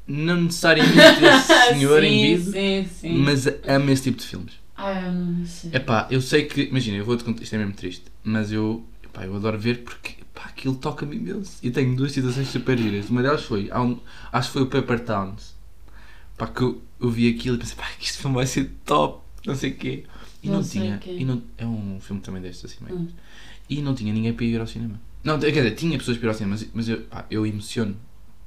Speaker 1: Não necessariamente
Speaker 2: [LAUGHS]
Speaker 1: esse [LAUGHS] senhor
Speaker 2: sim,
Speaker 1: em vida,
Speaker 2: Sim, sim.
Speaker 1: mas É amo esse tipo de filmes.
Speaker 2: Ah, eu não sei.
Speaker 1: Epá, eu sei que. Imagina, eu vou-te contar. Isto é mesmo triste. Mas eu. Epá, eu adoro ver porque. Epá, aquilo toca-me imenso. E tenho duas situações super giras. Uma delas foi. há um- acho que foi o Paper Towns. Pá, que eu, eu vi aquilo e pensei, pá, que este filme vai ser top. Não sei o quê. E não,
Speaker 2: Não sei
Speaker 1: tinha.
Speaker 2: quê.
Speaker 1: E não, é um filme também deste, assim meio.
Speaker 2: Hum.
Speaker 1: E não tinha ninguém para ir ao cinema. Não, quer dizer, tinha pessoas para ir ao cinema, mas, mas eu, pá, eu emociono.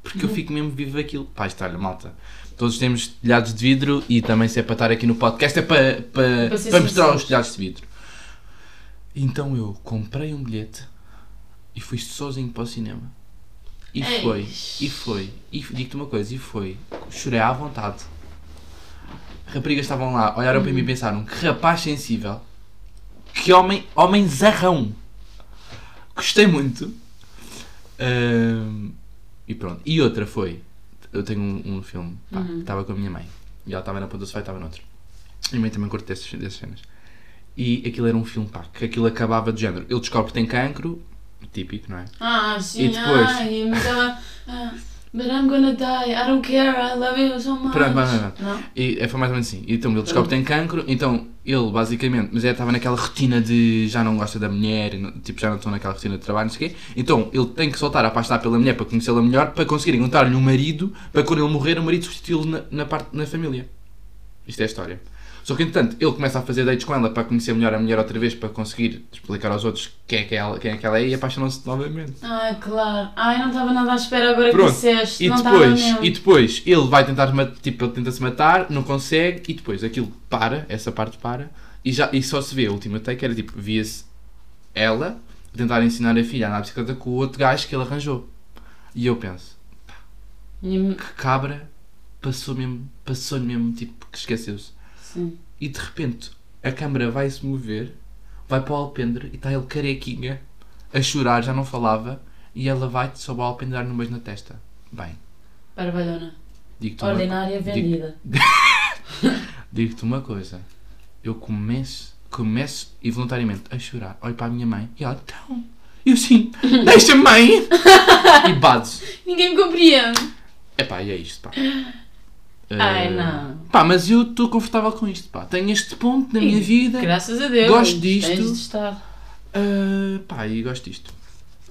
Speaker 1: Porque eu fico mesmo vivo aquilo. Pá, isto olha, malta. Todos temos telhados de vidro e também se é para estar aqui no podcast é para, para,
Speaker 2: Para ser
Speaker 1: para mostrar
Speaker 2: sinceros.
Speaker 1: os telhados de vidro. Então eu comprei um bilhete e fui sozinho para o cinema. E
Speaker 2: Ei.
Speaker 1: foi, e foi, e f- digo-te uma coisa, e foi. Chorei à vontade. Raparigas estavam lá, olharam para mim e pensaram, que rapaz sensível, que homem, homem zarrão. Gostei muito. Ahm, e pronto. E outra foi. Eu tenho um, um filme pá, que estava com a minha mãe. E ela estava na ponta do sofá e estava noutro. Minha mãe também curte dessas, dessas cenas. E aquilo era um filme, pá, que aquilo acabava de género. Ele descobre que tem cancro, típico, não é?
Speaker 2: Ah, sim,
Speaker 1: E depois?
Speaker 2: ai, mas ela. ah, but I'm gonna die, I don't care, I love you so much.
Speaker 1: Pronto, vai, vai, vai.
Speaker 2: Não?
Speaker 1: E é, foi mais ou menos assim. Então ele descobre que tem cancro, então ele basicamente, mas ele estava naquela rotina de já não gosta da mulher, e não- tipo já não estou naquela rotina de trabalho, não sei o quê. Então ele tem que soltar a apaixonar pela mulher para conhecê-la melhor, para conseguir encontrar-lhe um marido, para quando ele morrer, o marido substituí-lo na, na parte, na família. Isto é a história. Só que, entretanto, ele começa a fazer dates com ela para conhecer melhor a mulher outra vez, para conseguir explicar aos outros quem é que ela, quem é, que ela é e apaixonam-se novamente.
Speaker 2: Ah, claro. Ai, não estava nada à espera agora
Speaker 1: Pronto.
Speaker 2: que disseste.
Speaker 1: E
Speaker 2: não estava
Speaker 1: depois,
Speaker 2: mesmo.
Speaker 1: e depois ele vai tentar mat- tipo, ele tenta-se matar, não consegue, e depois aquilo para, essa parte para, e, já, e só se vê a última take, era tipo, via-se ela a tentar ensinar a filha a andar de bicicleta com o outro gajo que ele arranjou. E eu penso,
Speaker 2: Minha-
Speaker 1: que cabra passou mesmo, passou-lhe mesmo, tipo, que esqueceu-se.
Speaker 2: Sim.
Speaker 1: E de repente a câmara vai-se mover, vai para o alpendre e está ele carequinha, a chorar, já não falava, e ela vai-te só o alpendre dar-lhe um beijo na testa. Bem,
Speaker 2: Parvalhona.
Speaker 1: digo-te uma,
Speaker 2: Ordinária
Speaker 1: digo-
Speaker 2: vendida.
Speaker 1: digo-te uma coisa. Eu começo, começo e voluntariamente a chorar. Olho para a minha mãe e ela, então, eu
Speaker 2: [LAUGHS]
Speaker 1: sim, deixa-me mãe! e bades.
Speaker 2: Ninguém me compreende.
Speaker 1: Epá, e é isto, pá.
Speaker 2: Ai,
Speaker 1: Eh,
Speaker 2: não.
Speaker 1: Pá, mas eu estou confortável com isto, pá. Tenho este ponto na minha vida.
Speaker 2: Graças a Deus.
Speaker 1: Gosto disto.
Speaker 2: Tens de estar. [LAUGHS]
Speaker 1: Eh, pá, e gosto disto.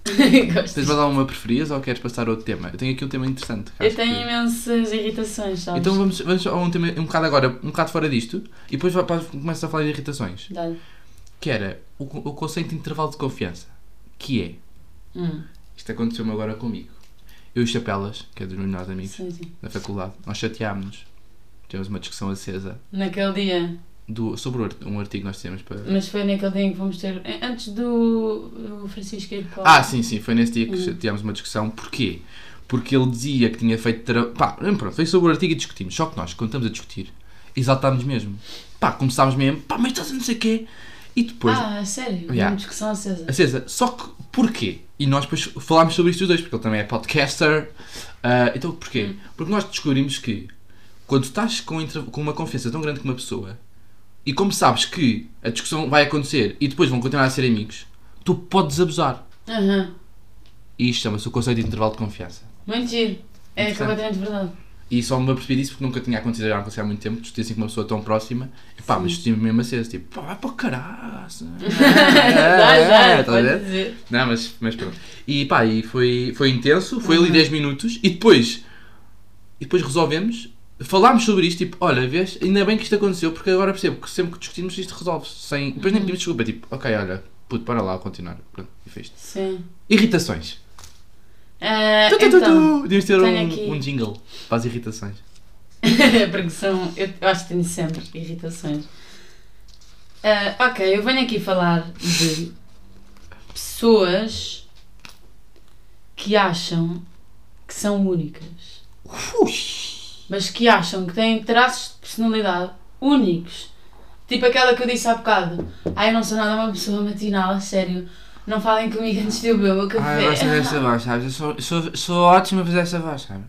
Speaker 2: Gosto
Speaker 1: Tens
Speaker 2: disto.
Speaker 1: mais alguma preferias ou queres passar a outro tema? Eu tenho aqui um tema interessante. que
Speaker 2: Eu
Speaker 1: acho que-
Speaker 2: tenho imensas irritações, sabes?
Speaker 1: Então vamos, vamos a um tema um bocado agora, um bocado fora disto, e depois vai- vai- começa a falar de irritações.
Speaker 2: Dá-lhe.
Speaker 1: Que era o, co- o conceito de intervalo de confiança. Que é,
Speaker 2: Hum,
Speaker 1: isto aconteceu-me agora comigo. Eu e o Chapelas, que é dos meus melhores amigos,
Speaker 2: sim, sim.
Speaker 1: da faculdade, nós chateámos-nos. Tivemos uma discussão acesa
Speaker 2: Naquele dia.
Speaker 1: do, sobre o art- um artigo que nós temos para.
Speaker 2: Mas foi naquele dia em que fomos ter. eh, Antes do do Francisco ir para.
Speaker 1: Ah, sim, sim, foi nesse dia que
Speaker 2: Hum.
Speaker 1: tivemos uma discussão. Porquê? Porque ele dizia que tinha feito. Tra... Pá, pronto, foi sobre o artigo e discutimos. Só que nós, quando estamos a discutir, exaltámos mesmo. Pá, começámos mesmo, pá, mas estás a não sei o quê. E depois.
Speaker 2: Ah, sério?
Speaker 1: Yeah.
Speaker 2: Uma discussão acesa.
Speaker 1: Acesa, só que porquê? E nós depois falámos sobre isto os dois, porque ele também é podcaster. Ah, então porquê? Porque nós descobrimos que quando estás com, intra- com uma confiança tão grande com uma pessoa e como sabes que a discussão vai acontecer e depois vão continuar a ser amigos, tu podes abusar.
Speaker 2: Aham.
Speaker 1: E isto chama-se o conceito de intervalo de confiança.
Speaker 2: Muito giro. É
Speaker 1: Interessante.
Speaker 2: completamente
Speaker 1: [LAUGHS]
Speaker 2: verdade.
Speaker 1: E só me apercebi disso porque nunca tinha acontecido, já aconteceu há muito tempo, discutir assim com uma pessoa tão próxima. E pá, mas discutimos mesmo aceso, tipo, pá, vai para o É, caraças.
Speaker 2: dá, dá,
Speaker 1: Tá a
Speaker 2: pode
Speaker 1: ver?
Speaker 2: dizer.
Speaker 1: Não, mas, mas pronto. E pá, e foi, foi intenso, foi ali 10 minutos e depois, e depois resolvemos, falámos sobre isto, tipo, olha, vês, ainda bem que isto aconteceu, porque agora percebo que sempre que discutimos isto resolve-se, sem, depois nem pedimos desculpa, tipo, ok, olha, puto, para lá, continuar, pronto, e foi isto.
Speaker 2: Sim.
Speaker 1: Irritações.
Speaker 2: Ah,
Speaker 1: Tu, tu, tu, tu.
Speaker 2: então,
Speaker 1: Devíamos ter
Speaker 2: tenho aqui-
Speaker 1: um, um jingle para as irritações.
Speaker 2: [LAUGHS] porque são. Eu eu acho que tenho sempre irritações. Ah, ok, eu venho aqui falar de pessoas que acham que são únicas. mas que acham que têm traços de personalidade únicos. Tipo aquela que eu disse há bocado. Ai, eu não sou nada uma pessoa matinal, a sério. Não falem comigo antes de eu beber o
Speaker 1: Ah, eu gosto
Speaker 2: café. [LAUGHS]
Speaker 1: dessa voz, sabes? Eu sou, sou, sou ótimo a fazer essa voz, sabe?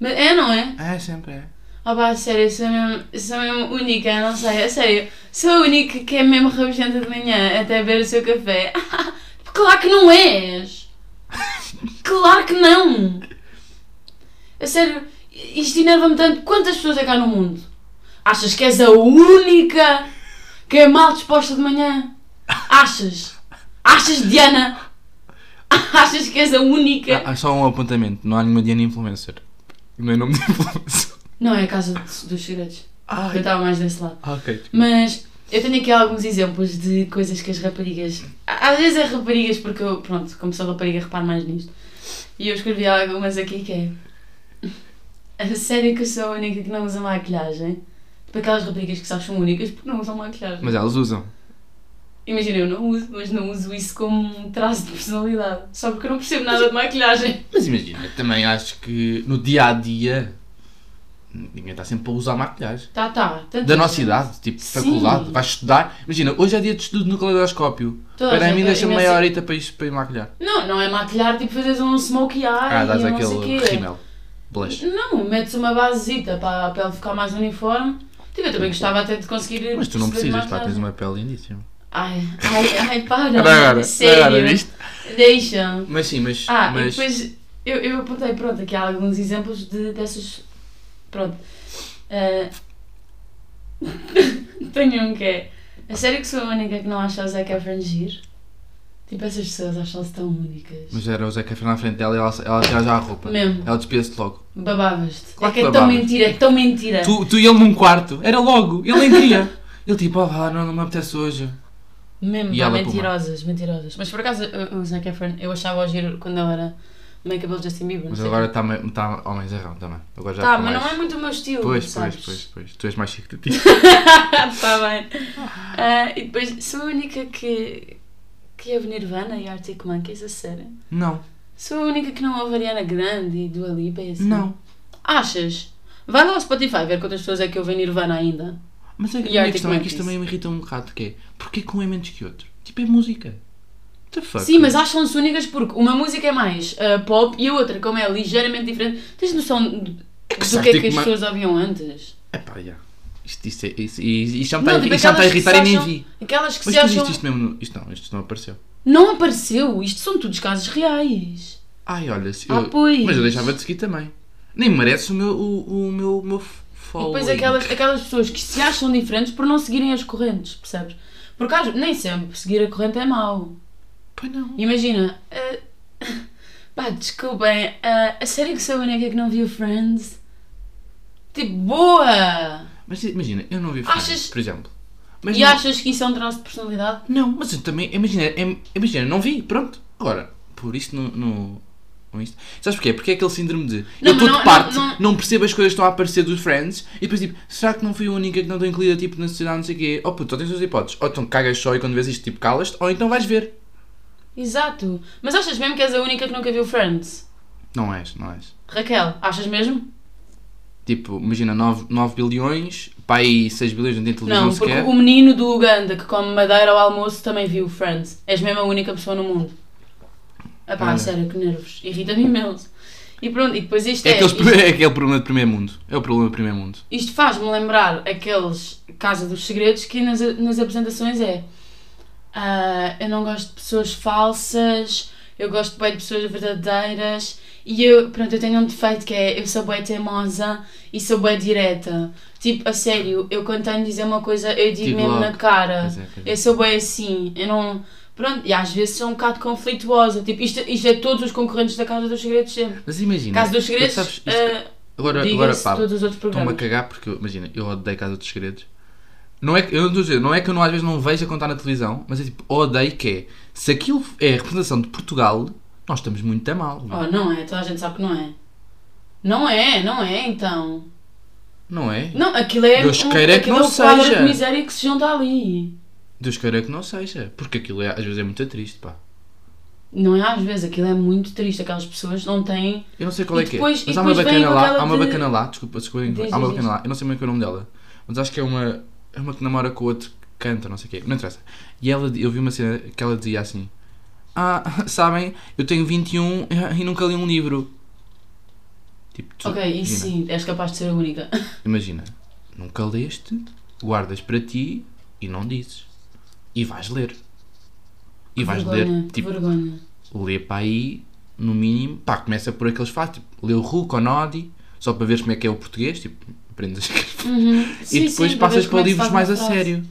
Speaker 2: Mas é, não é?
Speaker 1: É, sempre é.
Speaker 2: Oh pá, a sério, eu sou mesmo, eu sou mesmo única, eu não sei, a sério. Sou a única que é mesmo rabugenta de manhã até beber o seu café. [LAUGHS] claro que
Speaker 1: [LAUGHS]
Speaker 2: não és! Claro que não! A sério, isto enerva-me tanto. Quantas pessoas é cá no mundo? Achas que és a única que é mal disposta de manhã? Achas? Achas, Diana? [LAUGHS] Achas que és a única?
Speaker 1: Ah, ah, só um apontamento, não há nenhuma Diana Influencer. Não é nome de influencer.
Speaker 2: Não, é a casa dos dos segredos. Eu
Speaker 1: Ai,
Speaker 2: estava mais desse lado.
Speaker 1: Ah, ok. desculpa.
Speaker 2: Mas eu tenho aqui alguns exemplos de coisas que as raparigas. Às vezes é raparigas, porque eu, pronto, como sou rapariga, reparo mais nisto. E eu escrevi algumas aqui que é. A sério que eu sou a única que não usa maquilhagem? Tipo aquelas raparigas que se acham únicas porque não usam maquilhagem.
Speaker 1: Mas elas usam.
Speaker 2: Imagina, eu não uso, mas não uso isso como um traço de personalidade. Só porque eu não percebo nada de maquilhagem.
Speaker 1: Mas imagina, também acho que no dia a dia ninguém está sempre a usar maquilhagem.
Speaker 2: Tá, tá. tanta
Speaker 1: Da nossa
Speaker 2: gente.
Speaker 1: idade, tipo
Speaker 2: Sim.
Speaker 1: faculdade, vais estudar. Imagina, hoje é dia de estudo no caleidoscópio.
Speaker 2: Toda a
Speaker 1: Para
Speaker 2: gente-
Speaker 1: mim, deixa-me
Speaker 2: imensa-
Speaker 1: meia horita para ir, para ir maquilhar.
Speaker 2: Não, não é maquilhar, tipo fazeres um smoky eye.
Speaker 1: Ah, dás
Speaker 2: e um não sei
Speaker 1: aquele
Speaker 2: quê.
Speaker 1: rímel. Blush.
Speaker 2: Não, metes uma basezita para a pele ficar mais uniforme. Tipo, eu também gostava até de conseguir.
Speaker 1: Mas tu não
Speaker 2: perceber
Speaker 1: precisas,
Speaker 2: mais
Speaker 1: pá,
Speaker 2: nada.
Speaker 1: tens uma pele lindíssima.
Speaker 2: Ai, ai, ai, para.
Speaker 1: Agora,
Speaker 2: é Sério.
Speaker 1: agora, viste?
Speaker 2: Deixa-me.
Speaker 1: Mas sim, mas.
Speaker 2: Ah, e
Speaker 1: mas...
Speaker 2: depois eu, eu apontei, pronto, aqui há alguns exemplos de, dessas. Pronto. Ah, [LAUGHS] tenho um que é. A sério que sou a única que não acha o Zac Efron giro? Tipo, essas pessoas acham-se tão únicas.
Speaker 1: Mas era o Zé Café na frente dela e ela, ela tirava já a roupa.
Speaker 2: Mesmo.
Speaker 1: Ela despia-se logo.
Speaker 2: Babavas-te.
Speaker 1: Claro
Speaker 2: é que
Speaker 1: que
Speaker 2: é tão
Speaker 1: babavas.
Speaker 2: mentira, é tão mentira.
Speaker 1: Tu, tu e ele num quarto, era logo, ele nem queria.
Speaker 2: [LAUGHS]
Speaker 1: Ele tipo, oh, vá, não, não me apetece hoje.
Speaker 2: Mesmo,
Speaker 1: E
Speaker 2: pá,
Speaker 1: ela,
Speaker 2: mentirosas, mentirosas. Mas por acaso, o o Zac Efron, eu achava ao giro quando ele era make-up do Justin Bieber. não
Speaker 1: Mas
Speaker 2: sei
Speaker 1: agora está tá homem zerrão também. Agora
Speaker 2: quê.
Speaker 1: já
Speaker 2: Tá,
Speaker 1: fica
Speaker 2: mas
Speaker 1: mais-
Speaker 2: não é muito o meu estilo,
Speaker 1: Pois,
Speaker 2: sabes?
Speaker 1: pois, pois, pois. Tu és mais chique de ti.
Speaker 2: [LAUGHS] tá bem. Ah, e depois, sou a única que... Que é o Nirvana e Arctic Monkeys, a sério.
Speaker 1: Não,
Speaker 2: Sou a única que não ouve Ariana Grande e Dua Lipa e É assim.
Speaker 1: não.
Speaker 2: Achas? Vai lá ao Spotify ver quantas pessoas é que ouvem Nirvana ainda.
Speaker 1: Mas a
Speaker 2: E tipo,
Speaker 1: minha
Speaker 2: Arctic
Speaker 1: questão é que isto
Speaker 2: Monkeys.
Speaker 1: também me irrita um bocado, que é, porquê que um é menos que outro? Tipo, é música. What the fuck?
Speaker 2: Sim, mas acham-se únicas porque uma música é mais ah, pop e a outra, como é ligeiramente diferente, tens noção do do que é que
Speaker 1: Arctic
Speaker 2: as
Speaker 1: Mon-
Speaker 2: pessoas ouviam antes?
Speaker 1: Epá, já. Isto, isto, é- isso- isso- isto já me está
Speaker 2: tipo,
Speaker 1: a- isto já me está a
Speaker 2: aquelas que se
Speaker 1: irritar e nem
Speaker 2: acham-
Speaker 1: vi.
Speaker 2: Aquelas que
Speaker 1: Mas
Speaker 2: se
Speaker 1: tu
Speaker 2: acham.
Speaker 1: viste isto mesmo? no- Isto não, isto não apareceu.
Speaker 2: Não apareceu, isto são todos casos reais.
Speaker 1: Ai, olha, se
Speaker 2: Ah,
Speaker 1: eu-
Speaker 2: pois.
Speaker 1: mas eu deixava de seguir também. Nem merece o meu, o, o meu, o meu
Speaker 2: E
Speaker 1: following.
Speaker 2: depois aquelas, aquelas pessoas que se acham diferentes por não seguirem as correntes, percebes? Porque às- nem sempre seguir a corrente é mau.
Speaker 1: Pois não.
Speaker 2: Imagina. eh, [LAUGHS] pá, desculpem. eh, a sério que sou a única que não viu Friends? Tipo, boa!
Speaker 1: Mas imagina, eu não vi
Speaker 2: Achas-
Speaker 1: Friends, por exemplo. Mas
Speaker 2: e
Speaker 1: não,
Speaker 2: achas que isso é um traço de personalidade?
Speaker 1: não, mas eu também, imagina, em- imagina, não vi, pronto. Agora, por isso no... no, no Insta- Sabes porquê? Porque é aquele síndrome de
Speaker 2: Não,
Speaker 1: eu
Speaker 2: mas
Speaker 1: estou
Speaker 2: não-
Speaker 1: de parte,
Speaker 2: não-
Speaker 1: não,
Speaker 2: não-
Speaker 1: percebo as coisas que estão a aparecer dos Friends e depois tipo, será que não fui a única que não estou incluída tipo na sociedade, não sei o quê? Oh puto, só tens duas hipóteses, ou então cagas só e quando vês isto tipo calas-te, ou então vais ver.
Speaker 2: Exato. Mas achas mesmo que és a única que nunca viu Friends?
Speaker 1: Não és, não és.
Speaker 2: Raquel, achas mesmo?
Speaker 1: Tipo, imagina 9, bilhões, pai 6 bilhões não tem televisão
Speaker 2: Não, porque
Speaker 1: sequer.
Speaker 2: o menino do Uganda que come madeira ao almoço também viu Friends. És mesmo a única pessoa no mundo. Ah pá,
Speaker 1: Olha.
Speaker 2: sério, que nervos. Irrita-me imenso. E pronto, e depois isto
Speaker 1: É,
Speaker 2: é.
Speaker 1: aqueles
Speaker 2: isto-
Speaker 1: prime- é aquele problema de primeiro mundo. É o problema de primeiro mundo.
Speaker 2: Isto faz-me lembrar aqueles Casa dos Segredos que nas, nas apresentações é ah, eu não gosto de pessoas falsas, eu gosto bem de pessoas verdadeiras e eu, pronto, eu tenho um defeito que é eu sou bem teimosa e sou bem direta. Tipo, a sério, eu quando tenho de dizer uma coisa eu digo
Speaker 1: Digo
Speaker 2: mesmo
Speaker 1: logo.
Speaker 2: na cara.
Speaker 1: Pois é, pois é.
Speaker 2: Eu sou bem assim, eu não... Pronto, e às vezes sou um bocado conflituosa. Tipo, isto, isto é todos os concorrentes da Casa dos Segredos sempre.
Speaker 1: Mas imagina.
Speaker 2: Casa
Speaker 1: é?
Speaker 2: dos
Speaker 1: mas
Speaker 2: Segredos,
Speaker 1: sabes, isto-
Speaker 2: ah,
Speaker 1: agora, agora
Speaker 2: digam-se
Speaker 1: pá,
Speaker 2: todos os outros
Speaker 1: estão-me a
Speaker 2: programas.
Speaker 1: cagar porque, eu- imagina, eu odeio Casa dos Segredos. Não é que, eu não estou a dizer, não é que eu não, às vezes não vejo a contar na televisão, mas é tipo, odeio que é. Se aquilo é a representação de Portugal, nós estamos muito a mal.
Speaker 2: Oh, não é, toda a gente sabe que não é. Não é, não é então.
Speaker 1: Não é?
Speaker 2: Não, aquilo é
Speaker 1: Deus queira que
Speaker 2: aquilo
Speaker 1: não
Speaker 2: é um quadro
Speaker 1: seja.
Speaker 2: de miséria que se junta ali.
Speaker 1: Deus queira que não seja. Porque aquilo é, às vezes é muito triste, pá.
Speaker 2: Não é às vezes, aquilo é muito triste, aquelas pessoas não têm.
Speaker 1: Eu não sei qual
Speaker 2: E
Speaker 1: é
Speaker 2: depois-
Speaker 1: que é.
Speaker 2: e
Speaker 1: Mas há uma
Speaker 2: depois
Speaker 1: bacana
Speaker 2: vem
Speaker 1: lá,
Speaker 2: aquela
Speaker 1: há uma
Speaker 2: de-
Speaker 1: bacana lá, desculpa, desculpa,
Speaker 2: Diz,
Speaker 1: há uma
Speaker 2: diz,
Speaker 1: bacana lá, eu não sei muito bem qual é o nome dela, mas acho que é uma, é uma que namora com o outro que canta, não sei o quê, não interessa. E ela, eu vi uma cena que ela dizia assim: Ah, [LAUGHS] sabem, eu tenho 21 e nunca li um [LAUGHS] livro. Tipo, tu,
Speaker 2: Ok, e
Speaker 1: imagina,
Speaker 2: sim, és capaz de ser a única.
Speaker 1: imagina, nunca leste, guardas para ti e não dizes. E vais ler. E vais
Speaker 2: vergonha,
Speaker 1: ler,
Speaker 2: que
Speaker 1: tipo,
Speaker 2: vergonha.
Speaker 1: lê para aí, no mínimo, pá, começa por aqueles fatos, tipo, lê o Hulk ou Nodi, só para veres como é que é o português, tipo, aprendes a escrever.
Speaker 2: Uhum.
Speaker 1: e
Speaker 2: Sim,
Speaker 1: depois
Speaker 2: sim, para
Speaker 1: passas
Speaker 2: ver como
Speaker 1: para
Speaker 2: é que se
Speaker 1: livros
Speaker 2: faz
Speaker 1: mais
Speaker 2: uma
Speaker 1: a
Speaker 2: frase.
Speaker 1: sério.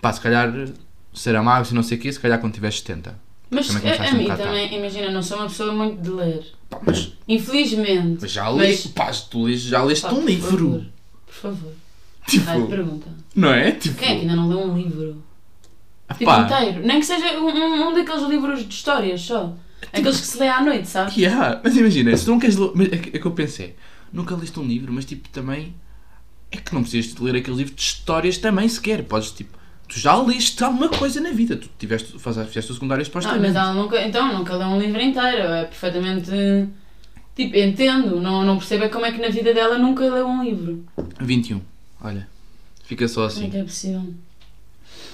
Speaker 1: Pá, se calhar Saramago, se não sei o quê, se calhar quando tiveres 70.
Speaker 2: Mas
Speaker 1: Também
Speaker 2: a,
Speaker 1: começaste
Speaker 2: a
Speaker 1: um
Speaker 2: mim
Speaker 1: bocado
Speaker 2: também, imagina, não sou uma pessoa muito de ler.
Speaker 1: Pá, mas
Speaker 2: Infelizmente.
Speaker 1: já lês,
Speaker 2: Mas-
Speaker 1: pá, tu lês, já leste
Speaker 2: Pá,
Speaker 1: um
Speaker 2: por
Speaker 1: livro.
Speaker 2: favor, Por favor. Ai,
Speaker 1: Tipo,
Speaker 2: pergunta.
Speaker 1: não é? Tipo,
Speaker 2: Quem é que ainda não leu um livro? Tipo
Speaker 1: pá,
Speaker 2: inteiro. Nem que seja um, um, um daqueles livros de histórias só. Aqueles que se lê à noite, sabes?
Speaker 1: yeah, mas imagina, se tu não queres ler, mas é que é que eu pensei, nunca leste um livro, mas tipo, também, é que não precisas de ler aquele livro de histórias também sequer, podes tipo, tu já leste alguma coisa na vida, tu tiveste, faz, fizeste o secundário
Speaker 2: Ah, mas
Speaker 1: supostamente.
Speaker 2: ela nunca, então nunca leu um livro inteiro. É perfeitamente. Tipo, entendo. Não, não percebo é como é que na vida dela nunca leu um livro.
Speaker 1: 21. Olha, fica só
Speaker 2: Como é
Speaker 1: assim.
Speaker 2: que é possível?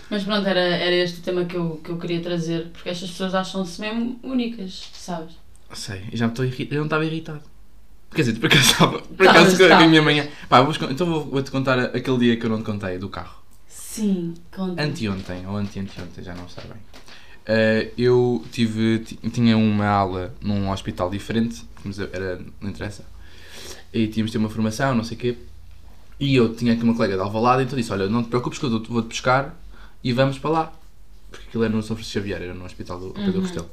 Speaker 2: Mas pronto, era, era este o tema que eu, que eu queria trazer. Porque estas pessoas acham-se mesmo únicas, sabes?
Speaker 1: Sei, já me estou irritado. Eu não estava irritado. Quer dizer, por acaso estava. Por
Speaker 2: Estavas,
Speaker 1: acaso com a
Speaker 2: estavas.
Speaker 1: minha manhã. Pá, vou-vos con- então vou- vou-te contar a- aquele dia que eu não te contei do carro.
Speaker 2: Sim, conta.
Speaker 1: Anteontem, ou anteanteontem, já não sei bem. Eh, eu tive, ti- tinha uma aula num hospital diferente, mas eu- era, não interessa. E tínhamos de ter uma formação, não sei o quê. E eu tinha aqui uma colega de Alvalade, então disse, olha, não te preocupes que eu dou- vou-te buscar e vamos para lá. porque aquilo era no São Francisco Xavier, era no hospital do, ao pé do
Speaker 2: Uhum.
Speaker 1: Restelo.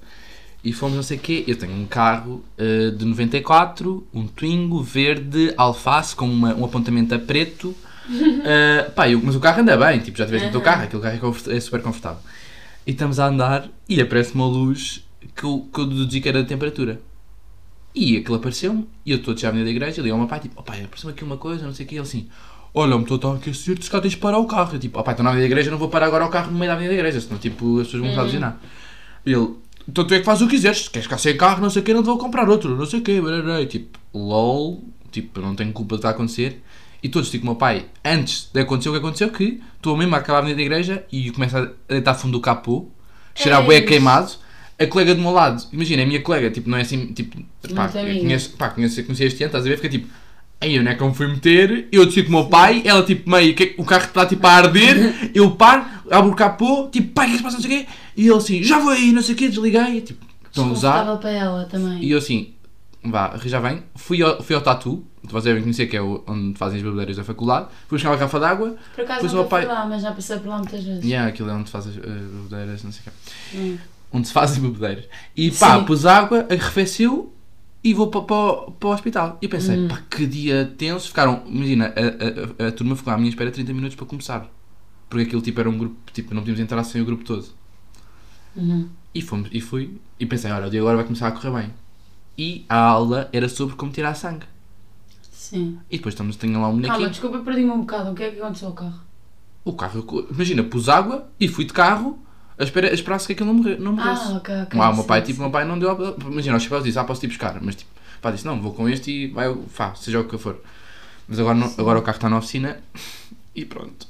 Speaker 1: E fomos não sei o quê, eu tenho um carro eh, de 94, um Twingo verde, alface, com uma- um apontamento a preto. Eh, pá, eu- mas o carro anda bem, tipo, já tiveste no teu
Speaker 2: Aham.
Speaker 1: carro, aquele carro é conforto- é, super confortável. E estamos a andar e aparece uma luz que eu, que eu deduzi que era da temperatura. E aquilo apareceu-me, e eu estou a descer a avenida da igreja, e ligo ao meu pai, tipo, ó pai, apareceu aqui uma coisa, não sei o que, ele assim, olha, me estou a aquecer, tu se calhar tens de parar o carro. Eu tipo, ó pai, estou na avenida da igreja, não vou parar agora o carro no meio da avenida da igreja, senão tipo, as pessoas vão me alucinar. Ele, então tu é que fazes o que quiseres, se queres ficar sem carro, não sei o que, não te vou comprar outro, não sei o que, tipo, lol, tipo, eu não tenho culpa de estar a acontecer. E todos, tipo, meu pai, antes de acontecer o que aconteceu, que estou mesmo a acabar a avenida da igreja e começa a deitar fundo do capô, cheirar bué
Speaker 2: Ei.
Speaker 1: queimado, a colega do meu lado, imagina, a minha colega, tipo, não é assim, tipo, pá,
Speaker 2: Muito
Speaker 1: eu
Speaker 2: amiga.
Speaker 1: conheço, pá, conheço, conheci este ano, estás a ver, fica tipo, aí eu não é que eu me fui meter, eu desci com o meu pai, ela tipo, meio, que- o carro está tipo a arder, eu paro, abro o capô, tipo, pai, o que é que se passa, não sei o quê, e ele assim, já vou aí, não sei o quê, desliguei, e, tipo, estão a usar,
Speaker 2: Desconfortável para ela também.
Speaker 1: e eu assim, vá, já vem. Fui ao, fui ao Tatu, que vocês devem conhecer, que é o- onde fazem as bebedeiras da faculdade. Fui buscar uma garrafa d'água.
Speaker 2: Por acaso
Speaker 1: Pois o
Speaker 2: nunca
Speaker 1: pai-
Speaker 2: fui lá, mas já passei por lá muitas vezes.
Speaker 1: E yeah, aquilo é onde se faz as eh, bebedeiras, não sei o quê.
Speaker 2: Hum.
Speaker 1: Onde se fazem bebedeiras. E pá,
Speaker 2: Sim.
Speaker 1: pus água, arrefeceu e vou para, para, o hospital. E eu pensei,
Speaker 2: Hum.
Speaker 1: pá, que dia tenso. Ficaram, imagina, a, a, a, a turma ficou à minha espera 30 minutos para começar. Porque aquilo tipo era um grupo, tipo, não podíamos entrar sem o grupo todo.
Speaker 2: Uhum.
Speaker 1: E, fomos, e fui, e pensei, olha, o dia agora vai começar a correr bem. E a aula era sobre como tirar sangue.
Speaker 2: Sim.
Speaker 1: E depois estamos, tinha lá um
Speaker 2: Calma,
Speaker 1: bonequinho.
Speaker 2: desculpa, eu perdi-me um bocado. O que é que aconteceu ao carro?
Speaker 1: o carro, eu co- imagina, pus água e fui de carro a, espera, a esperar-se que aquilo não, morre, não morresse.
Speaker 2: Ah, ok, ok.
Speaker 1: Ah, o meu
Speaker 2: sim,
Speaker 1: pai,
Speaker 2: sim.
Speaker 1: tipo, o meu pai não deu. a- Imagina, aos chapéus disse, ah, posso ir buscar. Mas tipo, pá, disse, não, vou com este e vai, fá, seja o que for. Mas agora, não- agora o carro está na oficina e pronto.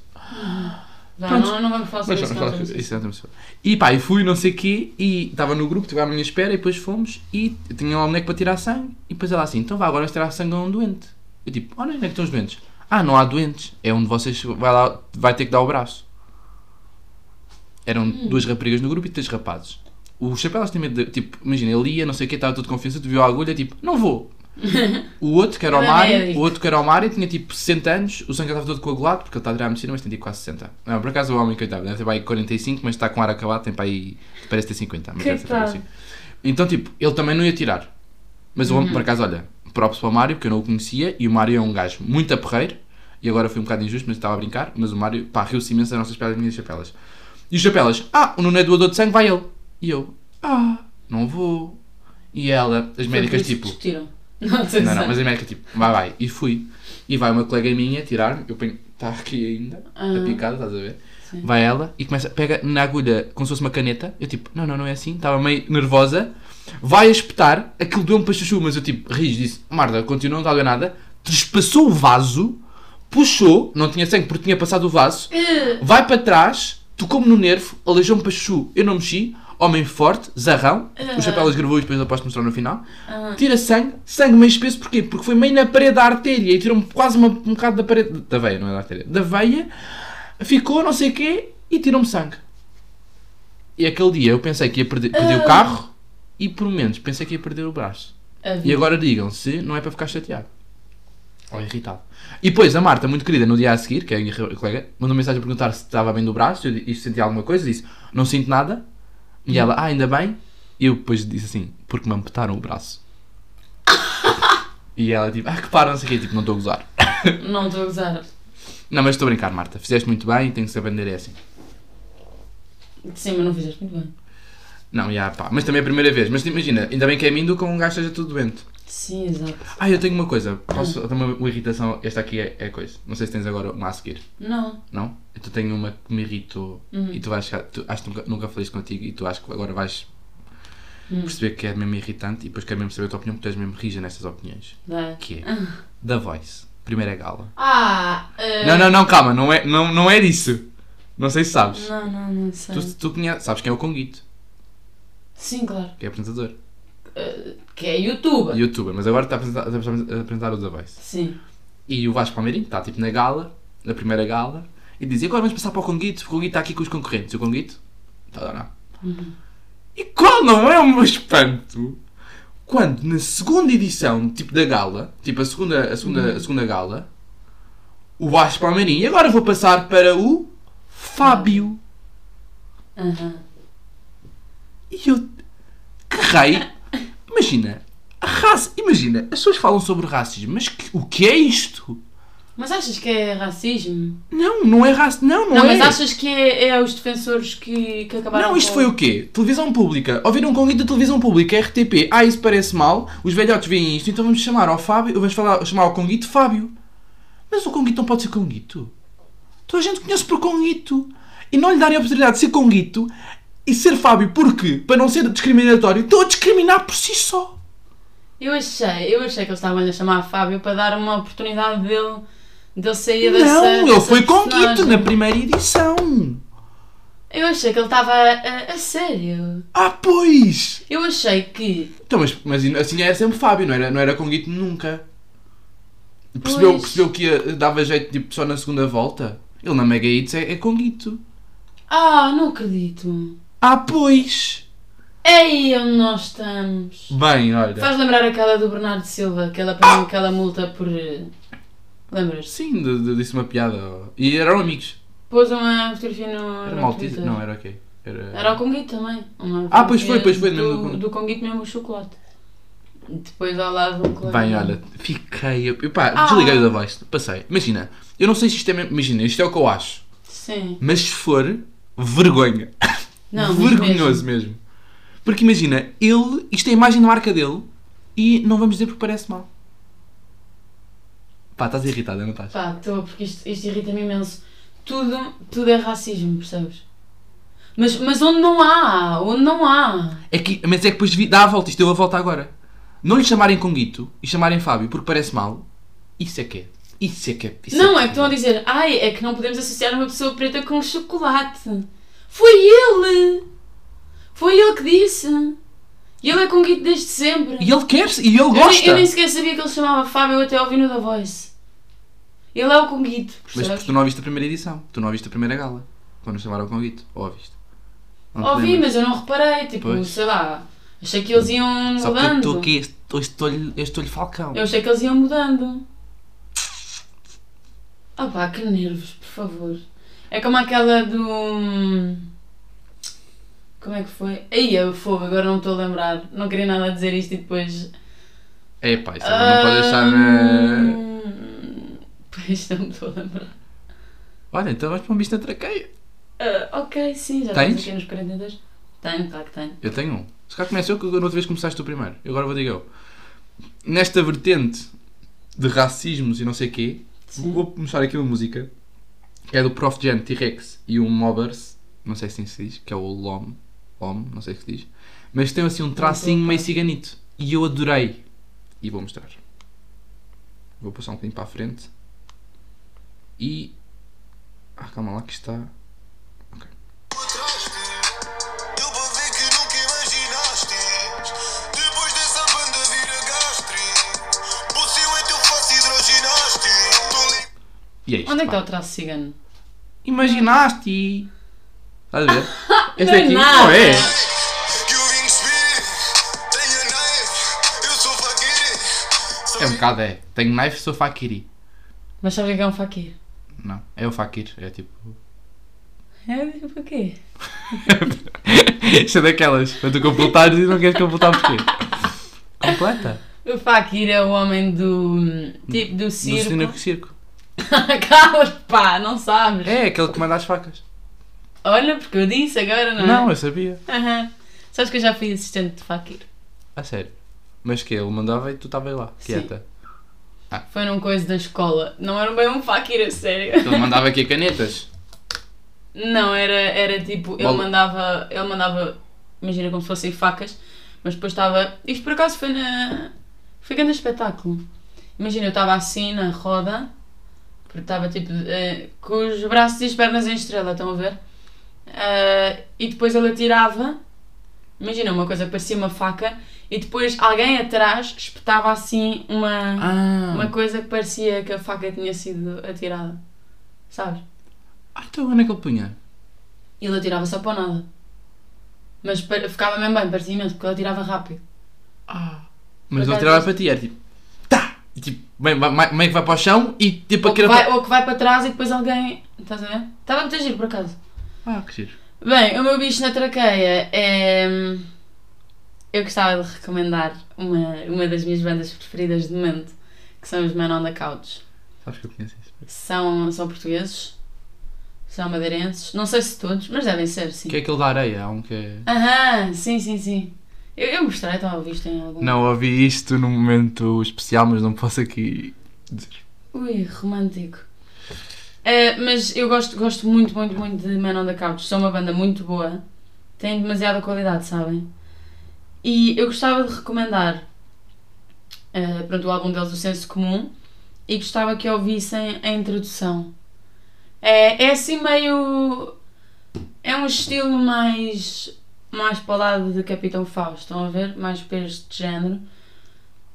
Speaker 2: Vá,
Speaker 1: pronto.
Speaker 2: não, não vamos falar
Speaker 1: Mas
Speaker 2: sobre isso.
Speaker 1: vamos
Speaker 2: não,
Speaker 1: falar-
Speaker 2: sobre isso.
Speaker 1: isso é outra pessoa. E pá, e fui, não sei o quê, e estava no grupo, estiveram à minha espera, e depois fomos, e tinha lá um boneco para tirar sangue, e depois ela assim, então vá, agora vais tirar sangue a um doente. Eu tipo, olha, onde é que estão os doentes? Ah, não há doentes, é um de vocês que vai, lá, vai ter que dar o braço. Eram
Speaker 2: Hum.
Speaker 1: duas raparigas no grupo e três rapazes. O chapéu tinha medo de, tipo, imagina, ele ia, não sei o quê, estava todo confiança, tu viu a agulha, tipo, não
Speaker 2: [LAUGHS]
Speaker 1: vou. O outro, que era o
Speaker 2: Não é
Speaker 1: Mário,
Speaker 2: médico.
Speaker 1: o outro que era o Mário, tinha tipo 60 anos, o sangue estava todo coagulado, porque ele está a tirar a medicina, mas tem tipo quase 60. Não, por acaso o homem, coitado, deve ter para aí 45, mas está com ar acabado, tem para aí, parece ter 50. Mas deve ter para aí
Speaker 2: Coitado.
Speaker 1: 45. Então, tipo, ele também não ia tirar. Mas o homem,
Speaker 2: Uhum.
Speaker 1: por acaso, olha, props para o Mário, porque eu não o conhecia, e o Mário é um gajo muito aperreiro, e agora foi um bocado injusto, mas estava a brincar, mas o Mário, pá, riu-se imenso das nossas piadas minhas e chapelas. E os chapelas, ah, o Nuno é doador de sangue, vai ele. E eu, ah, não vou. E ela, as
Speaker 2: Foi por
Speaker 1: médicas,
Speaker 2: isso que
Speaker 1: tipo,
Speaker 2: Discutiram. Não, sei
Speaker 1: não,
Speaker 2: se-
Speaker 1: não, mas a médica tipo, vai, vai, e fui. E vai uma colega minha tirar-me, eu ponho, está aqui ainda,
Speaker 2: Ah.
Speaker 1: a picada, estás a ver?
Speaker 2: Sim.
Speaker 1: Vai ela e começa, pega na agulha como se fosse uma caneta, eu tipo, não, não, não é assim, estava meio nervosa, vai a espetar, aquilo deu-me para chuchu, mas eu tipo, ris, disse, Marta, continua, não está a doer nada, trespassou o vaso, puxou, não tinha sangue porque tinha passado o vaso,
Speaker 2: Eh,
Speaker 1: vai para trás, tocou-me no nervo, aleijou-me para chuchu, eu não mexi, homem forte, zarrão,
Speaker 2: Ah.
Speaker 1: os chapéus gravou e depois eu posso mostrar no final,
Speaker 2: ah,
Speaker 1: Tira sangue, sangue meio espesso, porquê? Porque foi meio na parede da artéria e tirou-me quase uma- um bocado da parede. Da veia, não é da artéria. Da veia, ficou não sei o quê e tirou-me sangue. E aquele dia eu pensei que ia perder, perder o
Speaker 2: Ah.
Speaker 1: carro e por menos pensei que ia perder o braço.
Speaker 2: a
Speaker 1: E
Speaker 2: vida.
Speaker 1: agora digam se não é para ficar chateado. Ou irritado. E depois a Marta, muito querida, no dia a seguir, que é a minha colega, mandou mensagem a perguntar se estava bem do braço eu di- e se sentia alguma coisa. Disse, não sinto nada. E ela, ah, ainda bem. E eu depois disse assim, porque me amputaram o braço. e ela, tipo, ah, que para, não sei o quê. Tipo, não estou a gozar.
Speaker 2: Não estou a gozar.
Speaker 1: Não, mas estou a brincar, Marta. Fizeste muito bem e tenho que se aprender é assim.
Speaker 2: Sim, mas não fizeste muito bem.
Speaker 1: Não, já, pá. Mas também é a primeira vez. Mas imagina, ainda bem que é mindo com um gajo esteja tudo doente.
Speaker 2: Sim, exato.
Speaker 1: Ah, eu tenho uma coisa. Posso dar uma, uma irritação? Esta aqui é, é coisa. Não sei se tens agora uma a seguir.
Speaker 2: Não.
Speaker 1: Não? Eu tu tenho uma que me irritou
Speaker 2: Hum.
Speaker 1: e tu vais chegar- tu, acho que nunca, nunca falei isto contigo e tu acho que agora vais
Speaker 2: Hum.
Speaker 1: perceber que é mesmo irritante e depois quero mesmo saber a tua opinião porque tu és mesmo rija nestas opiniões.
Speaker 2: Dá.
Speaker 1: Que é da voice. Primeira gala.
Speaker 2: Ah! eh,
Speaker 1: Não, não, não, calma, não é, não, não é disso. Não sei se sabes.
Speaker 2: Não, não, não sei.
Speaker 1: Tu, tu conheces, sabes quem é o Conguito,
Speaker 2: Sim, claro.
Speaker 1: que é apresentador.
Speaker 2: Eh, que é youtuber.
Speaker 1: Youtuber, mas agora está a apresentar, está a apresentar- a apresentar o da voice.
Speaker 2: Sim.
Speaker 1: E o Vasco Palmeirinho está tipo na gala, na primeira gala, e diz: "E agora vamos passar para o Conguito, o Conguito está aqui com os concorrentes. E o Conguito está a dar nada. E qual não é o meu espanto? Quando na segunda edição, tipo da gala, tipo a segunda, a segunda, a segunda gala, o Vasco Palmeirinho, e agora vou passar para o Fábio.
Speaker 2: Aham.
Speaker 1: E eu. Que raio? Imagina. A raça. Imagina. As pessoas falam sobre racismo, mas que- o que é isto?
Speaker 2: Mas achas que é racismo?
Speaker 1: Não, não é racismo. Não, não,
Speaker 2: Não,
Speaker 1: é.
Speaker 2: mas achas que é, é os defensores que, que acabaram
Speaker 1: Não, isto
Speaker 2: com-
Speaker 1: foi o quê? Televisão pública. Ouviram um convite da televisão pública, RTP. Ah, isso parece mal. Os velhotes veem isto, então vamos chamar ao Fábio. Vamos falar, chamar ao Conguito Fábio. Mas o Conguito não pode ser Conguito. Toda a gente conhece por Conguito. E não lhe darem a oportunidade de ser Conguito e ser Fábio, porque, para não ser discriminatório, estão a discriminar por si só.
Speaker 2: Eu achei, eu achei que eles estavam a chamar a Fábio para dar uma oportunidade dele, dele sair dessa.
Speaker 1: não, ele
Speaker 2: dessa
Speaker 1: foi Conguito
Speaker 2: personagem.
Speaker 1: na primeira edição.
Speaker 2: Eu achei que ele estava a, a sério.
Speaker 1: Ah, pois!
Speaker 2: Eu achei que.
Speaker 1: Então, mas, mas assim era sempre Fábio, não era, não era Conguito nunca. Percebeu,
Speaker 2: Pois.
Speaker 1: percebeu que ia- dava jeito tipo, só na segunda volta? Ele na Mega Hits é, é Conguito.
Speaker 2: Ah, não acredito.
Speaker 1: Ah, pois!
Speaker 2: É aí onde nós estamos.
Speaker 1: Bem, olha.
Speaker 2: Faz lembrar aquela do Bernardo Silva, que ele apanhou aquela multa por. eh, Lembras-te?
Speaker 1: Sim, de- de- disse uma piada. E eram amigos.
Speaker 2: Pôs uma fotografia no.
Speaker 1: Era
Speaker 2: no
Speaker 1: maltese.
Speaker 2: Twitter.
Speaker 1: Não, era ok. Era...
Speaker 2: Era o Conguito também. Uma
Speaker 1: Ah, pois foi,
Speaker 2: fotografia
Speaker 1: pois foi, mesmo do
Speaker 2: Do,
Speaker 1: Conguito.
Speaker 2: do Conguito mesmo o chocolate. Depois ao lado um colega.
Speaker 1: Bem, olha, fiquei. eu- Pá,
Speaker 2: Ah.
Speaker 1: desliguei da voz. Passei. Imagina, eu não sei se isto é mesmo. Imagina, isto é o que eu acho.
Speaker 2: Sim.
Speaker 1: Mas se for, vergonha.
Speaker 2: Não, mas
Speaker 1: Vergonhoso
Speaker 2: mesmo.
Speaker 1: mesmo. Porque imagina, ele, isto é a imagem da marca dele e não vamos dizer porque parece mal. Pá, estás irritada, não estás?
Speaker 2: Pá, estou, porque isto, isto irrita-me imenso. Tudo, tudo é racismo, percebes? Mas, mas onde não há, onde não há.
Speaker 1: É que, mas é que depois vi- dá a volta, isto deu a volta agora. Não lhe chamarem Conguito e chamarem Fábio porque parece mal, isso é que é. Isso é que é. isso
Speaker 2: não,
Speaker 1: que
Speaker 2: é que estão a dizer, ai, é que não podemos associar uma pessoa preta com chocolate. Foi ele! Foi ele que disse. E ele é conguito desde sempre.
Speaker 1: é. E ele quer e ele
Speaker 2: Eu nem-
Speaker 1: gosta.
Speaker 2: Eu nem sequer sabia que ele se chamava Fábio até ouvir no da Voice. Ele é o Conguito,
Speaker 1: Mas porque
Speaker 2: percebes?
Speaker 1: tu não ouviste a primeira edição, tu não ouviste a primeira gala. Quando chamaram Conguito, ou ouviste. Não te
Speaker 2: Ouvi,
Speaker 1: lembras?
Speaker 2: mas eu não reparei, tipo,
Speaker 1: Pois.
Speaker 2: sei lá, achei que eles iam
Speaker 1: Só que eu
Speaker 2: mudando.
Speaker 1: estou aqui, eu estou-lhe eu estou-lhe falcão.
Speaker 2: Eu achei que eles iam mudando. Ah pá, que nervos, por favor. É como aquela do. hum, Como é que foi? Aí eu fogo, agora não estou a lembrar. Não queria nada dizer isto e depois.
Speaker 1: É pá, isso agora não pode deixar né? na.
Speaker 2: Hum, [LAUGHS] Pois não me estou a lembrar.
Speaker 1: Olha, então vais para um bicho na traqueia.
Speaker 2: Ah, ok, sim, já
Speaker 1: Tens?
Speaker 2: estamos aqui nos 42. Tenho, claro que tenho.
Speaker 1: Eu tenho um. Se calhar começa eu, que na outra vez começaste tu primeiro. Eu agora vou dizer eu. Nesta vertente de racismos e não sei quê,
Speaker 2: Sim.
Speaker 1: vou mostrar aqui uma música que é do Prof. Jam T-Rex e o Mobbers, não sei se assim se diz, que é o Lom, Lom, não sei se diz, mas tem assim um tracinho meio ciganito. E eu adorei. E vou mostrar. Vou passar um bocadinho para a frente. E. Ah, calma lá que está.
Speaker 3: Eu vou ver que nunca imaginaste Depois dessa banda vira gastri Por seu então faço hidroginaste Tô limpo
Speaker 1: E é isto.
Speaker 2: Onde é que
Speaker 1: pá.
Speaker 2: está o traço cigano?
Speaker 1: Imaginaste! Estás a
Speaker 2: [LAUGHS]
Speaker 1: ver? Este
Speaker 2: Não é
Speaker 1: aqui.
Speaker 2: nada.
Speaker 1: Não é?
Speaker 3: que o vinho espírito Tenho a knife Eu sou faquiri
Speaker 1: É um bocado, é. Tenho knife, sou fakiri.
Speaker 2: Mas sabes o que é um faquir?
Speaker 1: Não, é o fakir. É tipo. [LAUGHS]
Speaker 2: É, tipo o quê?
Speaker 1: Isso é daquelas. Quando tu completares e não queres completar porquê? Completa.
Speaker 2: O faquir é o homem do. tipo do
Speaker 1: Do
Speaker 2: circo.
Speaker 1: cinema com circo.
Speaker 2: [LAUGHS] Calma, pá, não sabes.
Speaker 1: É, aquele que manda as facas.
Speaker 2: Olha, porque eu disse agora, não é?
Speaker 1: Não, eu sabia.
Speaker 2: Aham. Sabes que eu já fui assistente de Fakir.
Speaker 1: A sério. Mas que ele mandava e tu estavas lá, quieta.
Speaker 2: Foi num coisa da escola. Não era bem um Fakir, a sério.
Speaker 1: Ele mandava aqui canetas.
Speaker 2: Não, era, era tipo, ele
Speaker 1: Bola.
Speaker 2: mandava, ele mandava, imagina como se fossem facas, mas depois estava. Isto por acaso foi na. Foi grande espetáculo. Imagina, eu estava assim na roda, porque estava tipo eh, com os braços e as pernas em estrela, estão a ver? Ah, e depois ele atirava, imagina, uma coisa que parecia uma faca, e depois alguém atrás espetava assim uma, uma
Speaker 1: Ah.
Speaker 2: coisa que parecia que a faca tinha sido atirada. Sabes?
Speaker 1: Ah, então onde é que ele punha?
Speaker 2: E ele atirava só para o nada. Mas pa- ficava mesmo bem, parecia imenso, porque ele atirava rápido.
Speaker 1: Ah. Mas ele
Speaker 2: Por acaso-
Speaker 1: tirava para ti, era tipo. Tá! E tipo, meio meio que vai para o chão e tipo
Speaker 2: Ou que,
Speaker 1: aquele.
Speaker 2: vai, ou que vai para trás e depois alguém. Estás a ver? Estava muito a giro, por acaso.
Speaker 1: Ah, que giro.
Speaker 2: Bem, o meu bicho na traqueia é. Eu gostava de recomendar uma, uma das minhas bandas preferidas de momento, que são os Man on the Couch.
Speaker 1: Sabes que eu conheço isso?
Speaker 2: São, são portugueses, são madeirenses, não sei se todos, mas devem ser, sim.
Speaker 1: Que é aquele da areia? Há um que é.
Speaker 2: Aham, sim, sim, sim. Eu, eu gostei, estava a ouvir isto em algum.
Speaker 1: Não ouvi isto num momento especial, mas não posso aqui.
Speaker 2: Ui, romântico. Eh, mas eu gosto, gosto muito, muito, muito de Man on the Couch. São uma banda muito boa. Têm demasiada qualidade, sabem? E eu gostava de recomendar eh, pronto, o álbum deles, O Senso Comum, e gostava que ouvissem a introdução. É, é assim meio. É um estilo mais. mais para o lado de Capitão Fausto, estão a ver? Mais para este género.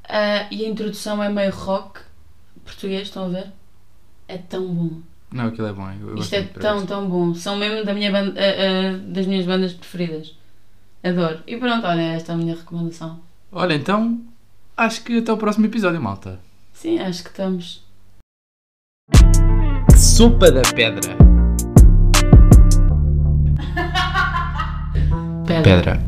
Speaker 2: Ah, e a introdução é meio rock português, estão a ver? É tão bom.
Speaker 1: Não, aquilo é bom. Eu eu gosto
Speaker 2: Isto é
Speaker 1: muito de
Speaker 2: tão,
Speaker 1: Areia.
Speaker 2: tão bom. São mesmo da minha banda, a- a- das minhas bandas preferidas. Adoro. E pronto, olha, esta é a minha recomendação.
Speaker 1: Olha, então. Acho que até o próximo episódio, malta.
Speaker 2: Sim, acho que estamos.
Speaker 1: Sopa da
Speaker 2: [LAUGHS]
Speaker 1: pedra.
Speaker 2: Pedra.
Speaker 1: Pedra.